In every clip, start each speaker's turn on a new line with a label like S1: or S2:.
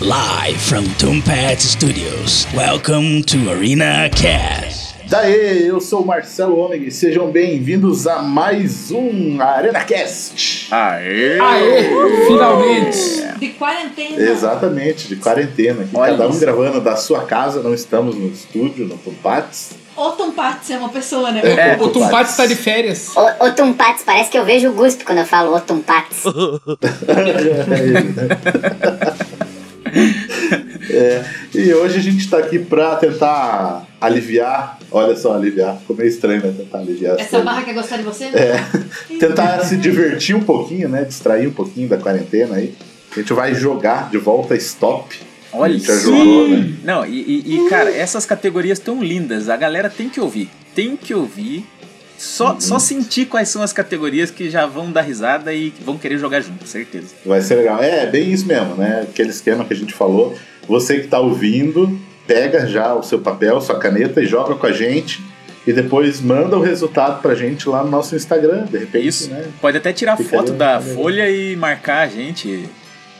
S1: Live from Tombat Studios. Welcome to Arena Cast.
S2: Daê, eu sou o Marcelo Omeg, sejam bem-vindos a mais um Arena Cast.
S3: Ah. Aê!
S4: Finalmente!
S5: De quarentena.
S2: Exatamente, de quarentena, aqui
S3: Olha
S2: cada um
S3: isso.
S2: gravando da sua casa, não estamos no estúdio, no Tumpats.
S5: Ou Tom Patz é uma pessoa, né?
S3: É.
S4: O Tumpate está de férias.
S6: O, o Tumpats, parece que eu vejo o Guspe quando eu falo o Tumpats.
S2: É, e hoje a gente está aqui para tentar aliviar, olha só, aliviar, ficou meio estranho, né, tentar aliviar. as
S5: Essa
S2: coisas.
S5: barra quer gostar de você?
S2: É, tentar se divertir um pouquinho, né, distrair um pouquinho da quarentena aí. A gente vai jogar de volta Stop.
S3: Olha
S2: Já
S3: isso.
S2: jogou, né?
S3: Não, e, e- e, cara, essas categorias tão lindas, a galera tem que ouvir. Tem que ouvir. Só,
S2: Uhum.
S3: só sentir quais são as categorias que já vão dar risada e que vão querer jogar junto, certeza.
S2: Vai ser legal. É, bem isso mesmo, né? Aquele esquema que a gente falou. Você que tá ouvindo, pega já o seu papel, sua caneta e joga com a gente. E depois manda o resultado pra gente lá no nosso Instagram, de repente,
S3: Isso.
S2: né?
S3: Pode até tirar
S2: Fica
S3: foto
S2: ali,
S3: da
S2: fica ali.
S3: folha e marcar a gente,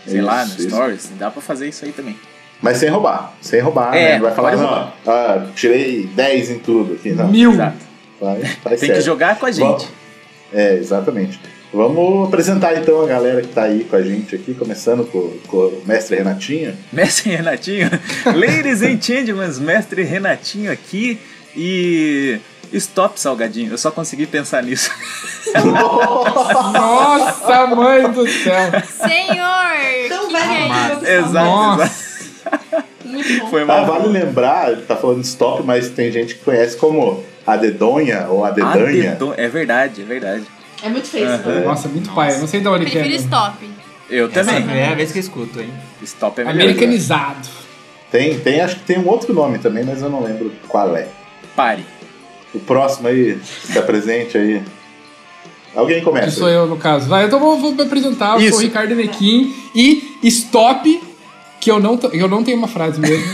S3: sei lá, no
S2: um- Isso, isso.
S3: stories. Dá pra fazer isso aí também.
S2: Mas sem roubar. Sem roubar,
S3: É,
S2: né? Não vai falar,
S3: pode
S2: não,
S3: roubar.
S2: ah, tirei 10 em tudo aqui. Não,
S4: Mil.
S3: Exato.
S2: vai, vai
S3: Tem que
S2: certo.
S3: jogar com a
S2: Vamos.
S3: gente.
S2: É, exatamente. Vamos apresentar então a galera que tá aí com a gente aqui, começando com, com o mestre Renatinho.
S3: Mestre Renatinho, Ladies and Gentlemen, Mestre Renatinho aqui e. Stop, Salgadinho, eu só consegui pensar nisso.
S4: Nossa, mãe do céu.
S7: Senhor!
S5: Tão é velho ainda. meu pessoal.
S3: exato,
S4: Nossa.
S3: exato.
S5: Muito bom.
S3: Foi
S2: Ah,
S3: mal.
S2: vale lembrar, ele tá falando stop, mas tem gente que conhece como a dedonha ou a dedanha.
S3: Adedon- É verdade, é verdade.
S5: É muito feio isso.
S3: Aham.
S5: né?
S4: Nossa, muito pai. Eu não sei de onde que é.
S7: Prefiro stop.
S3: Eu
S8: É a
S3: também.
S8: primeira vez que eu escuto, hein?
S3: Stop é melhor.
S4: Americanizado.
S2: Tem, tem, acho que tem um outro nome também, mas eu não lembro qual é.
S3: Pare.
S2: O próximo aí, se apresente aí. Alguém
S4: Que
S2: começa.
S4: sou eu, no caso. Vai, então vou, vou me apresentar. Eu
S3: Isso.
S4: sou o Ricardo Nequim. E stop, que eu não, to- eu não tenho uma frase mesmo.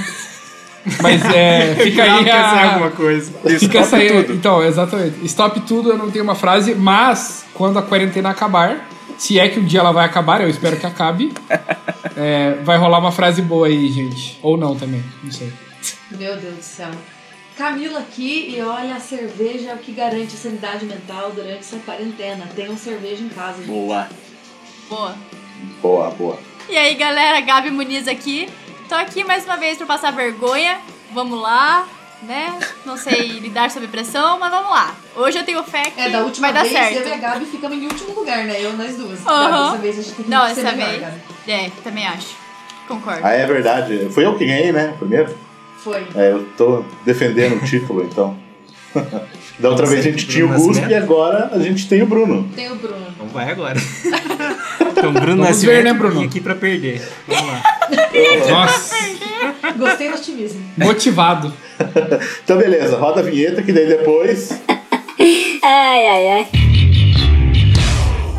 S4: Mas é, fica aí a,
S8: alguma coisa.
S4: Fica
S3: Stop
S4: essa aí.
S3: tudo.
S4: Então, exatamente. Stop tudo, eu não tenho uma frase, mas quando a quarentena acabar, se é que um dia ela vai acabar, eu espero que acabe, é, vai rolar uma frase boa aí, gente. Ou não também, não sei.
S5: né? Meu Deus do céu. Camila aqui e olha, a cerveja é o que garante a sanidade mental durante essa quarentena. Tenham cerveja em casa. gente.
S3: Boa.
S7: Boa.
S2: Boa, boa.
S7: E aí, galera, Gabi Muniz aqui. Tô aqui mais uma vez pra passar vergonha. Vamos lá, né? Não sei lidar sob pressão, mas vamos lá. Hoje eu tenho fé que
S5: É, da última
S7: vai dar
S5: vez eu e a
S7: certo.
S5: Gabi ficamos em último lugar, né? Eu, nós duas.
S7: Aham.
S5: Tá, Dessa vez a gente tem que
S7: Não,
S5: ser
S7: dessa
S5: melhor,
S7: vez.
S5: Gabi.
S7: É, também acho. Concordo.
S2: Ah, é verdade. Foi eu que ganhei, né? Primeiro.
S5: Foi.
S2: É, eu tô defendendo o título, então. da outra vez a gente tinha o Gusto e agora a gente tem o Bruno.
S5: Tem o Bruno.
S8: Então vai agora. Então, Bruno
S4: Vamos
S8: Nascimento
S4: ver, né, Bruno?
S8: vem aqui pra perder. Vamos lá.
S4: Nossa,
S5: Gostei do otimismo.
S4: motivado.
S2: Então beleza, roda a vinheta que daí depois.
S6: Ai, ai, ai.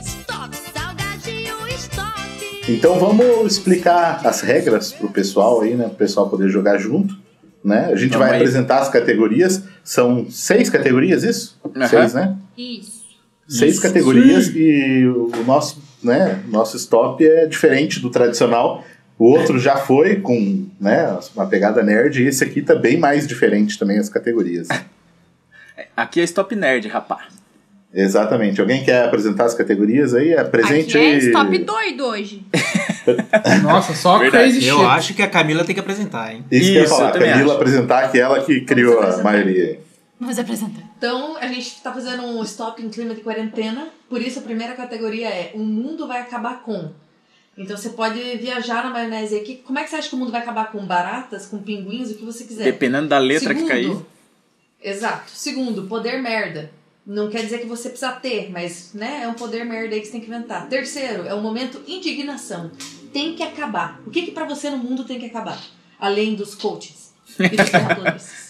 S7: Stop, salgadinho, stop.
S2: Então vamos explicar as regras pro pessoal aí, né? Pro pessoal poder jogar junto, né? A gente
S3: Vamos
S2: vai
S3: aí.
S2: apresentar as categorias. São seis categorias, isso?
S3: Aham.
S2: Seis, né?
S7: Isso.
S2: Seis categorias e o o nosso, né? o Nosso stop é diferente do tradicional. O outro já foi com, né? Uma pegada nerd e esse aqui tá bem mais diferente também as categorias.
S3: Aqui é Stop Nerd, rapá.
S2: Exatamente. Alguém quer apresentar as categorias aí? Apresente
S7: Aqui é
S2: aí.
S7: stop doido hoje.
S4: Nossa, só
S3: Verdade,
S4: crazy
S8: Eu
S4: shit.
S8: acho que a Camila tem que apresentar, hein?
S2: Isso, que eu ia
S3: Isso,
S2: falar.
S3: eu também
S2: Camila
S3: acho.
S2: apresentar que ela que criou a
S5: apresentar.
S2: maioria.
S7: Vamos apresentar.
S5: Então, a gente tá fazendo um stop em clima de quarentena, por isso a primeira categoria é O Mundo Vai Acabar Com. Então você pode viajar na maionese aqui. Como é que você acha que o mundo vai acabar com baratas, com pinguins, o que você quiser?
S3: Dependendo da letra que cair.
S5: Exato. Segundo, poder merda. Não quer dizer que você precisa ter, mas né, é um poder merda aí que você tem que inventar. Terceiro, é o momento indignação. Tem que acabar. O que, que para você no mundo tem que acabar? Além dos coaches e dos terraplanistas.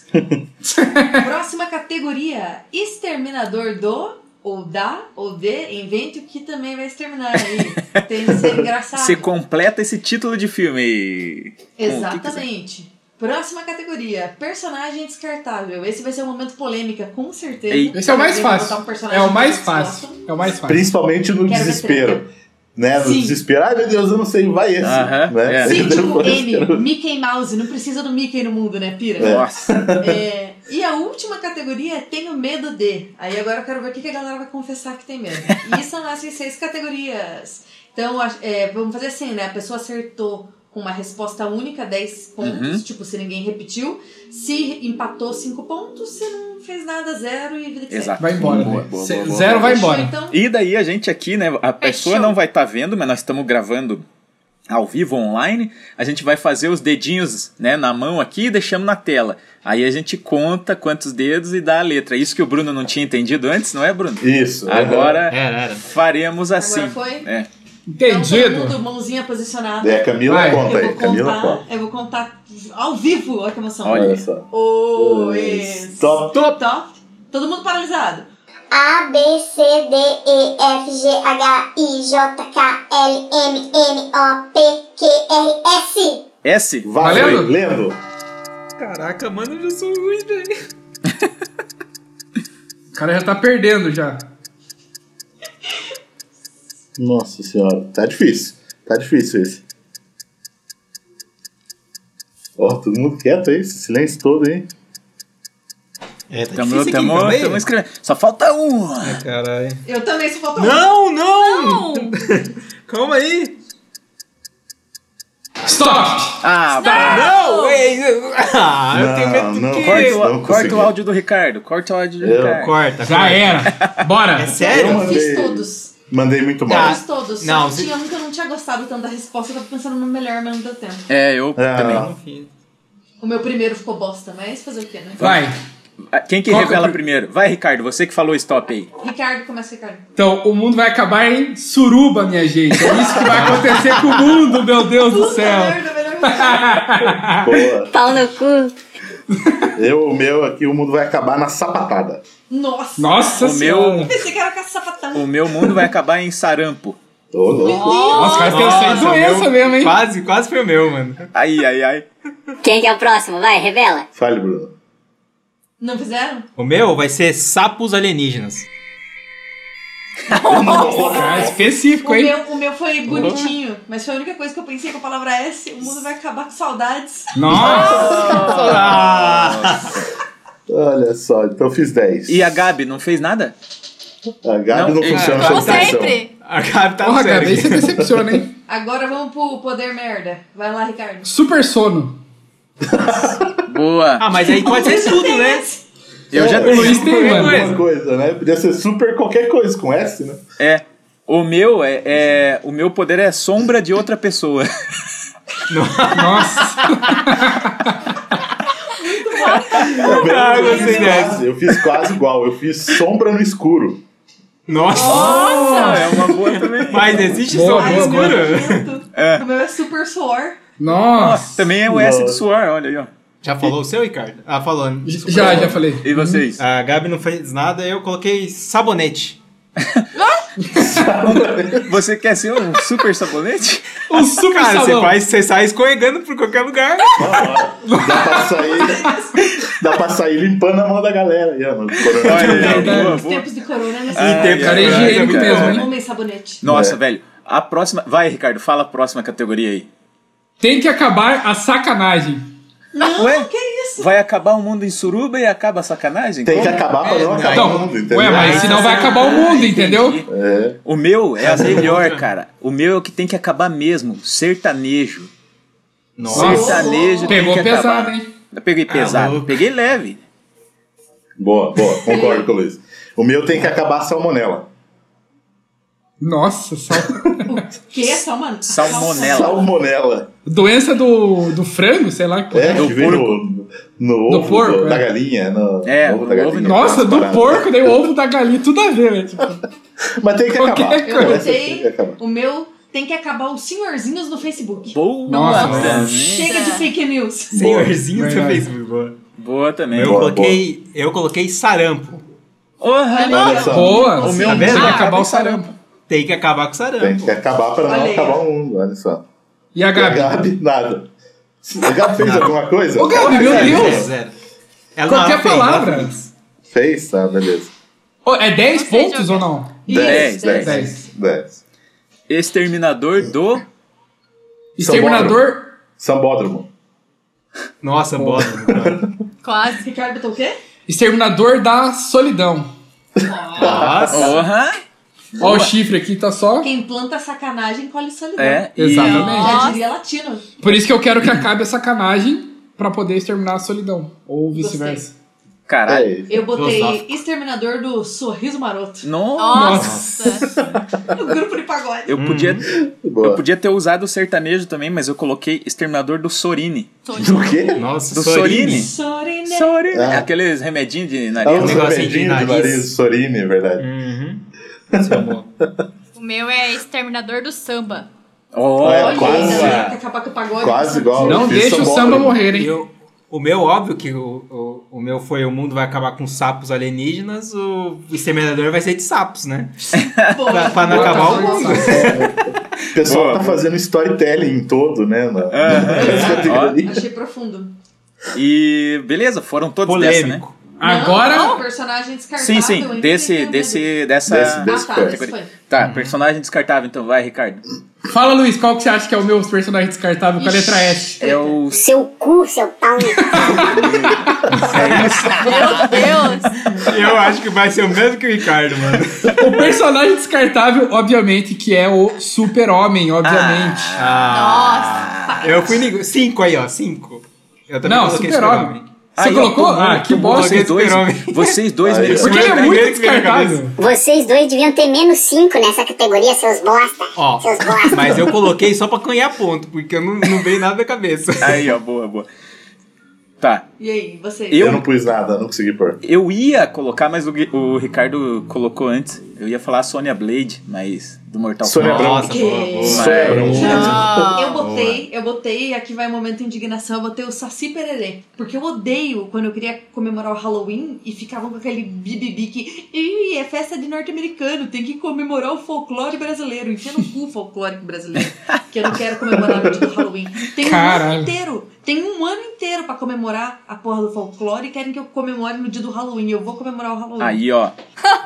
S5: Próxima categoria: exterminador do, ou da, ou de, invente o que também vai exterminar aí. Tem que ser engraçado.
S3: Você completa esse título de filme aí. Com o que quiser.
S5: Exatamente. Próxima categoria, personagem descartável. Esse vai ser um momento polêmica, com certeza.
S3: Ei,
S4: Esse é o mais
S5: Eu vou botar
S4: fácil.
S5: um personagem
S4: É o
S5: que
S4: mais
S5: vocês gostam.
S4: fácil. É o mais fácil.
S2: Principalmente no
S5: Quero ver
S2: desespero. Né? No
S5: Sim.
S2: desespero. Ai, meu Deus, eu não sei, vai esse.
S3: Aham,
S2: né?
S3: é.
S5: Sim, tipo
S2: Depois
S5: M, Mickey Mouse. Não precisa do Mickey no mundo, né, pira?
S3: Nossa.
S5: É, e a última categoria é Tenho Medo de. Aí agora eu quero ver o que que a galera vai confessar que tem medo. E são essas seis categorias. Então, a- é, vamos fazer assim, né? A pessoa acertou com uma resposta única, 10 pontos.
S3: Uhum.
S5: Tipo, se ninguém repetiu. Se empatou, 5 pontos. Se não fez nada, zero e vida que segue.
S3: Exato.
S4: Vai embora.
S3: Boa,
S4: né?
S3: boa,
S4: Cê-
S3: boa, boa.
S4: Zero vai
S5: Fechou,
S4: embora.
S5: Então,
S3: E daí a gente aqui, né? A pessoa
S7: show.
S3: não vai estar vendo, mas nós estamos gravando ao vivo online. A gente vai fazer os dedinhos, né, na mão aqui e deixamos na tela. Aí a gente conta quantos dedos e dá a letra. Isso que o Bruno não tinha entendido antes, não é, Bruno?
S2: Isso.
S3: Agora
S8: Era, era.
S3: faremos assim.
S5: agora foi.
S3: É.
S5: Então, todo
S4: Entendido.
S5: mundo, mãozinha posicionada.
S2: É, Camila
S4: Vai.
S2: conta
S5: Eu
S2: aí.
S5: vou
S2: Camila
S5: contar,
S2: conta.
S5: eu vou contar ao vivo, olha que emoção.
S3: Olha.
S2: Olha só.
S5: Oi.
S2: Top.
S5: Top. Top. Então, Todo mundo paralisado.
S9: A, B, C, D, E, F, G, H, I, J, K, L, M, N, O, P, Q, R, S.
S3: S?
S2: Valeu,
S4: Valendo?
S2: lendo.
S8: Caraca, mano, eu já sou ruim, velho.
S4: O cara já tá perdendo já.
S2: Nossa senhora, tá difícil. Tá difícil esse. Ó, todo mundo quieto aí, esse silêncio todo aí.
S8: É, tá
S3: Tamo,
S8: difícil aqui
S3: tamo,
S8: também.
S3: tamo escrevendo. Só falta um.
S8: Caralho.
S5: Eu também, se faltou um.
S8: Não, não!
S7: Não!
S8: Calma aí.
S4: Stop!
S3: Ah,
S8: Não! ei, Ah, eu tenho medo do
S2: Não, não,
S8: quê?
S2: corta,
S3: corta,
S2: não
S3: o- corta
S2: consegui.
S3: o áudio do Ricardo. Corta o áudio do
S2: Eu
S3: Ricardo.
S8: Corta,
S4: Já
S8: corta.
S4: era. Bora.
S8: É sério?
S2: Eu
S5: Eu fiz
S2: mandei.
S5: todos.
S2: Mandei muito
S5: Eu
S2: mal.
S8: Ah,
S5: fiz todos.
S8: Não,
S5: Só
S8: se-
S5: tinha um que eu Tá. não tinha gostado tanto da resposta, eu tava pensando no melhor, mas não deu tempo.
S3: É, eu
S2: Ah,
S3: também.
S8: Não fiz.
S5: O meu primeiro ficou bosta, mas fazer o quê, né?
S4: Vai.
S3: Ah, Quem que
S4: Qual que é o
S3: revela
S4: pri-
S3: primeiro? Vai, Ricardo, você que falou stop aí.
S5: Ricardo, começa, Ricardo.
S4: Então, o mundo vai acabar em suruba, minha gente. É isso que vai acontecer com o mundo, meu Deus do
S5: Puta
S4: céu.
S5: merda, melhor Ricardo.
S2: Boa.
S6: Pau no cu.
S2: Eu, o meu aqui, o mundo vai acabar na sapatada.
S5: Nossa.
S4: Nossa
S3: O
S4: senhora.
S3: meu-
S5: Esse cara com essa sapatão.
S3: O meu mundo vai acabar em sarampo.
S2: Ô, louco.
S4: Nossa, mas tem
S8: Nossa,
S4: sem doença
S8: meu-
S4: mesmo, hein?
S8: Quase, quase foi o meu, mano.
S3: Ai, ai, ai.
S6: Quem que é o próximo? Vai, revela.
S2: Fale, Bruno.
S5: Não fizeram?
S8: O meu vai ser sapos alienígenas.
S4: Ah, específico,
S5: O
S4: hein?
S5: meu, o meu foi bonitinho, mas foi a única coisa que eu pensei com a palavra S. O mundo vai acabar com saudades.
S4: Nossa.
S8: Ah,
S2: Olha só, então eu fiz 10.
S3: E a Gabi não fez nada?
S2: A Gabi
S3: Não,
S2: não,
S3: eu-
S2: funciona
S7: Como
S2: sem pressão.
S7: sempre!
S8: a Gabi tá
S4: Porra,
S8: no
S4: cara, aí você
S8: sério.
S4: decepciona, hein?
S5: Agora vamos pro poder merda. Vai lá, Ricardo.
S4: Super sono.
S3: Boa.
S8: Ah, mas aí pode ser tudo, né?
S3: Eu já
S2: É,
S4: O Luiz
S2: super
S4: tem,
S8: qualquer
S4: mano.
S8: coisa.
S2: Alguma coisa, né? Podia ser super qualquer coisa com S, né?
S3: É. O meu é, é- O meu poder é sombra de outra pessoa.
S4: Nossa.
S2: Eu,
S8: Ah, eu gostei dessa.
S2: quase, eu fiz quase igual. Eu fiz sombra no escuro.
S8: Nossa!
S3: Nossa! É uma boa também.
S8: Mas existe
S4: Boa,
S8: sombra
S5: Ai,
S4: boa,
S5: esse
S4: boa.
S8: escura?
S5: momento. O meu é super suor.
S4: Nossa.
S3: Também é o S do
S2: Nossa.
S3: suor, olha aí, ó.
S8: Já falou o seu, Ricardo? Ah, falou. né?
S4: Já, já falei.
S3: E vocês?
S8: A Gabi não fez nada, eu coloquei sabonete.
S3: Você quer ser um super sabonete?
S4: O super
S8: Cara, Ah, você,
S4: salão.
S8: vai, você sai escorregando por qualquer lugar.
S2: Dá pra sair. dá pra sair limpando a mão da galera. E, ah, ó, no coronavírus.
S3: Olha aí,
S4: Verdade.
S3: boa,
S5: Os
S3: boa.
S5: tempos de corona, né?
S8: Em tempos
S4: cara, é
S8: de corona,
S4: higiênico
S8: muito
S4: mesmo,
S8: bom,
S4: hein?
S8: né?
S5: Homem sabonete.
S3: Nossa,
S2: É.
S3: velho. A próxima. Vai, Ricardo, fala a próxima categoria aí.
S4: Tem que acabar a sacanagem.
S5: Não,
S3: Ué?
S5: que isso?
S3: Vai acabar o mundo em suruba e acaba a sacanagem?
S2: Tem que
S3: Como?
S2: acabar pra
S8: É,
S2: não acabar o
S4: Então,
S2: mundo, entendeu?
S4: ué, mas senão vai acabar o mundo, entendeu?
S2: É.
S3: O meu é a melhor, cara. O meu é o que tem que acabar mesmo. Sertanejo.
S4: Nossa.
S3: Sertanejo tem
S4: Pegou
S3: que
S4: pesado,
S3: acabar.
S4: hein? Ah,
S3: Eu peguei pesado,
S8: louco.
S3: peguei leve.
S2: Boa, boa. Concordo com o Luiz. O meu tem que acabar a salmonela.
S4: Nossa, só.
S5: O Que é salmon...
S3: Salmonela.
S2: Salmonela.
S4: Doença do, do frango, sei lá. que
S2: É,
S4: porra.
S2: que veio no, no
S4: Do
S2: ovo
S4: porco,
S2: do- da
S4: é.
S2: galinha. No,
S3: É,
S2: no ovo
S3: o
S2: da
S3: ovo
S2: galinha.
S3: de-
S4: Nossa,
S2: Aquelas
S4: do
S2: paradas.
S4: porco, daí o ovo da galinha, tudo a ver, né? Tipo,
S2: Mas tem que
S4: Qualquer
S2: acabar.
S4: coisa.
S5: Eu
S2: Essa tem que
S5: botei
S2: acabar.
S5: o meu tem que acabar os senhorzinhos no Facebook.
S3: Boa
S4: Nossa,
S3: também.
S5: Chega
S3: Hum.
S5: de fake news.
S8: Senhorzinho do
S4: Verdade.
S8: Facebook, boa.
S3: Boa também.
S8: Eu
S2: Boa,
S8: coloquei, eu coloquei sarampo.
S3: Porra,
S2: Olha só.
S4: boa.
S3: O meu
S4: tem
S8: mesmo
S4: que
S8: acaba
S4: acabar
S8: em
S4: o sarampo.
S8: Ah, Tem que acabar com
S2: Tem
S8: sarampo.
S2: que acabar para não
S5: Olha aí,
S2: acabar
S5: ó.
S2: o mundo, olha só.
S4: E a
S2: E a
S4: Gabi?
S2: Gabi, nada. A Gabi fez alguma coisa?
S4: Ô, Gabi, meu
S8: Zero,
S4: Deus!
S8: zero, zero. Ela
S4: Qualquer
S10: Ah,
S8: ela fez, ela
S4: é palavra.
S8: fez.
S2: Fez? Tá, beleza.
S4: Ô, é 10
S7: Você
S4: pontos
S7: joga.
S4: ou não?
S3: Dez, dez.
S4: 10.
S2: 10.
S3: Exterminador do.
S4: Exterminador.
S2: Sambódromo.
S8: Nossa, bola. mano.
S7: Quase.
S5: Ricardo botou o quê?
S4: Exterminador da solidão.
S8: Nossa.
S3: Porra!
S4: Ó, o chifre aqui tá só.
S5: Quem planta sacanagem colhe solidão.
S3: É. e-
S4: Exatamente.
S5: Já diria latino.
S4: Por isso que eu quero que acabe a sacanagem pra poder exterminar a solidão. Ou vice-versa.
S2: É,
S3: Caralho.
S5: Eu botei
S8: Filosófico.
S5: exterminador do sorriso maroto.
S3: Nossa!
S7: Nossa.
S5: O grupo de pagode.
S4: Hum,
S3: Eu podia, eu
S2: boa.
S3: podia ter usado o sertanejo também, mas eu coloquei Exterminador do Sorine.
S2: Do quê?
S8: Nossa,
S3: Do
S8: Sorine.
S3: Sorine?
S5: Sorine.
S3: Sorine!
S2: Ah.
S3: Aqueles remedinhos de
S2: Ah, um
S3: nariz.
S8: negocinho de
S2: negocinho de nariz.
S8: nariz.
S2: Sorine, é verdade.
S8: Uhum. Seu amor.
S7: O meu é Exterminador do Samba.
S3: Oh,
S2: É,
S5: Olha
S2: quase.
S5: isso, né? que acabar com o pagode.
S2: Quase igual.
S4: Não
S2: Fiz
S4: deixa o samba
S2: sambódromo.
S4: morrer, hein?
S8: Eu, o meu, óbvio que o, o, o meu foi o mundo vai acabar com sapos alienígenas, o exterminador vai ser de sapos, né?
S5: Pô,
S8: pra, pra não acabar o mundo.
S2: O pessoal
S3: Boa.
S2: tá fazendo storytelling todo, né? Na, nas categorias.
S5: Achei profundo.
S3: E beleza, foram todos dessa, né?
S8: Polêmico.
S4: Agora.
S5: Não, não, personagem descartável.
S3: Sim,
S5: eu
S3: sim,
S5: ainda
S3: desse,
S5: tenho medo.
S3: desse, dessa
S2: Desse- desse
S5: Ah, tá, desse
S3: categoria.
S5: foi.
S3: Tá, personagem descartável, então vai, Ricardo.
S4: Fala, Luiz, qual que você acha que é o meu personagem descartável com a letra S?
S3: É o.
S6: Seu cu, seu pau.
S7: Meu Deus.
S8: Eu acho que vai ser o mesmo que o Ricardo, mano.
S4: O personagem descartável, obviamente, que é o super-homem, obviamente.
S8: Ah, eu fui nego... Cinco aí, ó, cinco. Eu também
S4: não,
S8: coloquei
S4: super-homem. Você
S3: Aí, ó,
S4: colocou?
S3: todo mundo-
S4: ah, que
S3: todo mundo-
S4: bosta.
S8: coloquei
S3: Vocês dois,
S8: super-homem.
S3: vocês dois
S2: Aí, ó.
S3: mereciam.
S4: Porque ele é
S8: Primeiro
S4: muito
S8: que veio na
S4: descartável.
S6: Vocês dois deviam ter menos 5 nessa categoria, seus bosta.
S8: Ó,
S6: Seus bosta.
S8: mas eu coloquei só pra ganhar ponto, porque eu não, não veio nada da cabeça.
S3: Aí, ó, boa, boa. Tá.
S5: E aí, você?
S3: Eu-
S2: Eu não pus nada, não consegui pôr.
S3: Eu ia colocar, mas o, Gui- o Ricardo colocou antes. Eu ia falar a Sônia Blade, mas do Mortal
S2: Sônia
S3: Kombat.
S8: Nossa,
S5: Que
S8: boa, boa.
S5: isso?
S2: Sobram.
S7: Não.
S5: Eu botei, eu botei, aqui vai um momento de indignação, eu botei o Saci Pererê. Porque eu odeio quando eu queria comemorar o Halloween e ficavam com aquele bibibi que. Ih, é festa de norte-americano, tem que comemorar o folclore brasileiro. Enfia no cu o folclórico brasileiro. Que eu não quero comemorar no dia do Halloween. Tem um
S4: Caralho.
S5: ano inteiro. Tem um ano inteiro pra comemorar a porra do folclore e querem que eu comemore no dia do Halloween. Eu vou comemorar o Halloween.
S3: Aí, ó.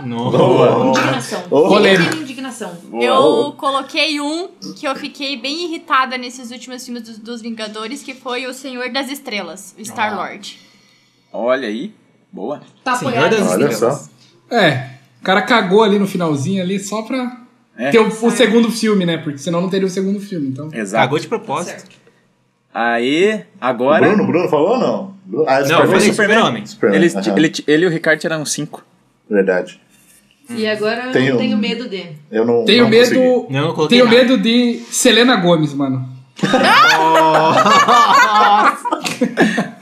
S8: Nossa.
S5: Indignação.
S2: Oh.
S4: Polêmica.
S5: Tem indignação.
S7: Eu coloquei um que eu fiquei bem irritada nesses últimos filmes dos, dos Vingadores, que foi o Senhor das Estrelas, o
S8: Ah.
S7: Star-Lord.
S3: Olha aí. Boa.
S5: Tá
S8: Senhor
S5: apoiado.
S8: das
S2: Olha
S8: Estrelas.
S2: só.
S4: É, o cara cagou ali no finalzinho ali só pra
S3: É.
S4: ter o, o segundo filme, né? Porque senão não teria o segundo filme, então.
S3: Exato.
S8: Cagou de propósito.
S3: Aí,
S2: O
S3: agora.
S2: Bruno, Bruno falou ou não? Bru- Ah,
S8: Não, eu falei
S2: Superman.
S3: Superman.
S8: super-homem.
S2: Superman,
S3: Ele,
S2: aham.
S3: ele, ele e o Ricardo tiraram cinco.
S2: Verdade.
S5: E agora eu
S2: Tenho-
S5: não tenho medo de.
S2: Eu não.
S4: Tenho
S2: não
S4: medo.
S2: consegui.
S8: Não, eu coloquei
S4: tenho
S8: nada.
S4: medo de Selena Gomes, mano.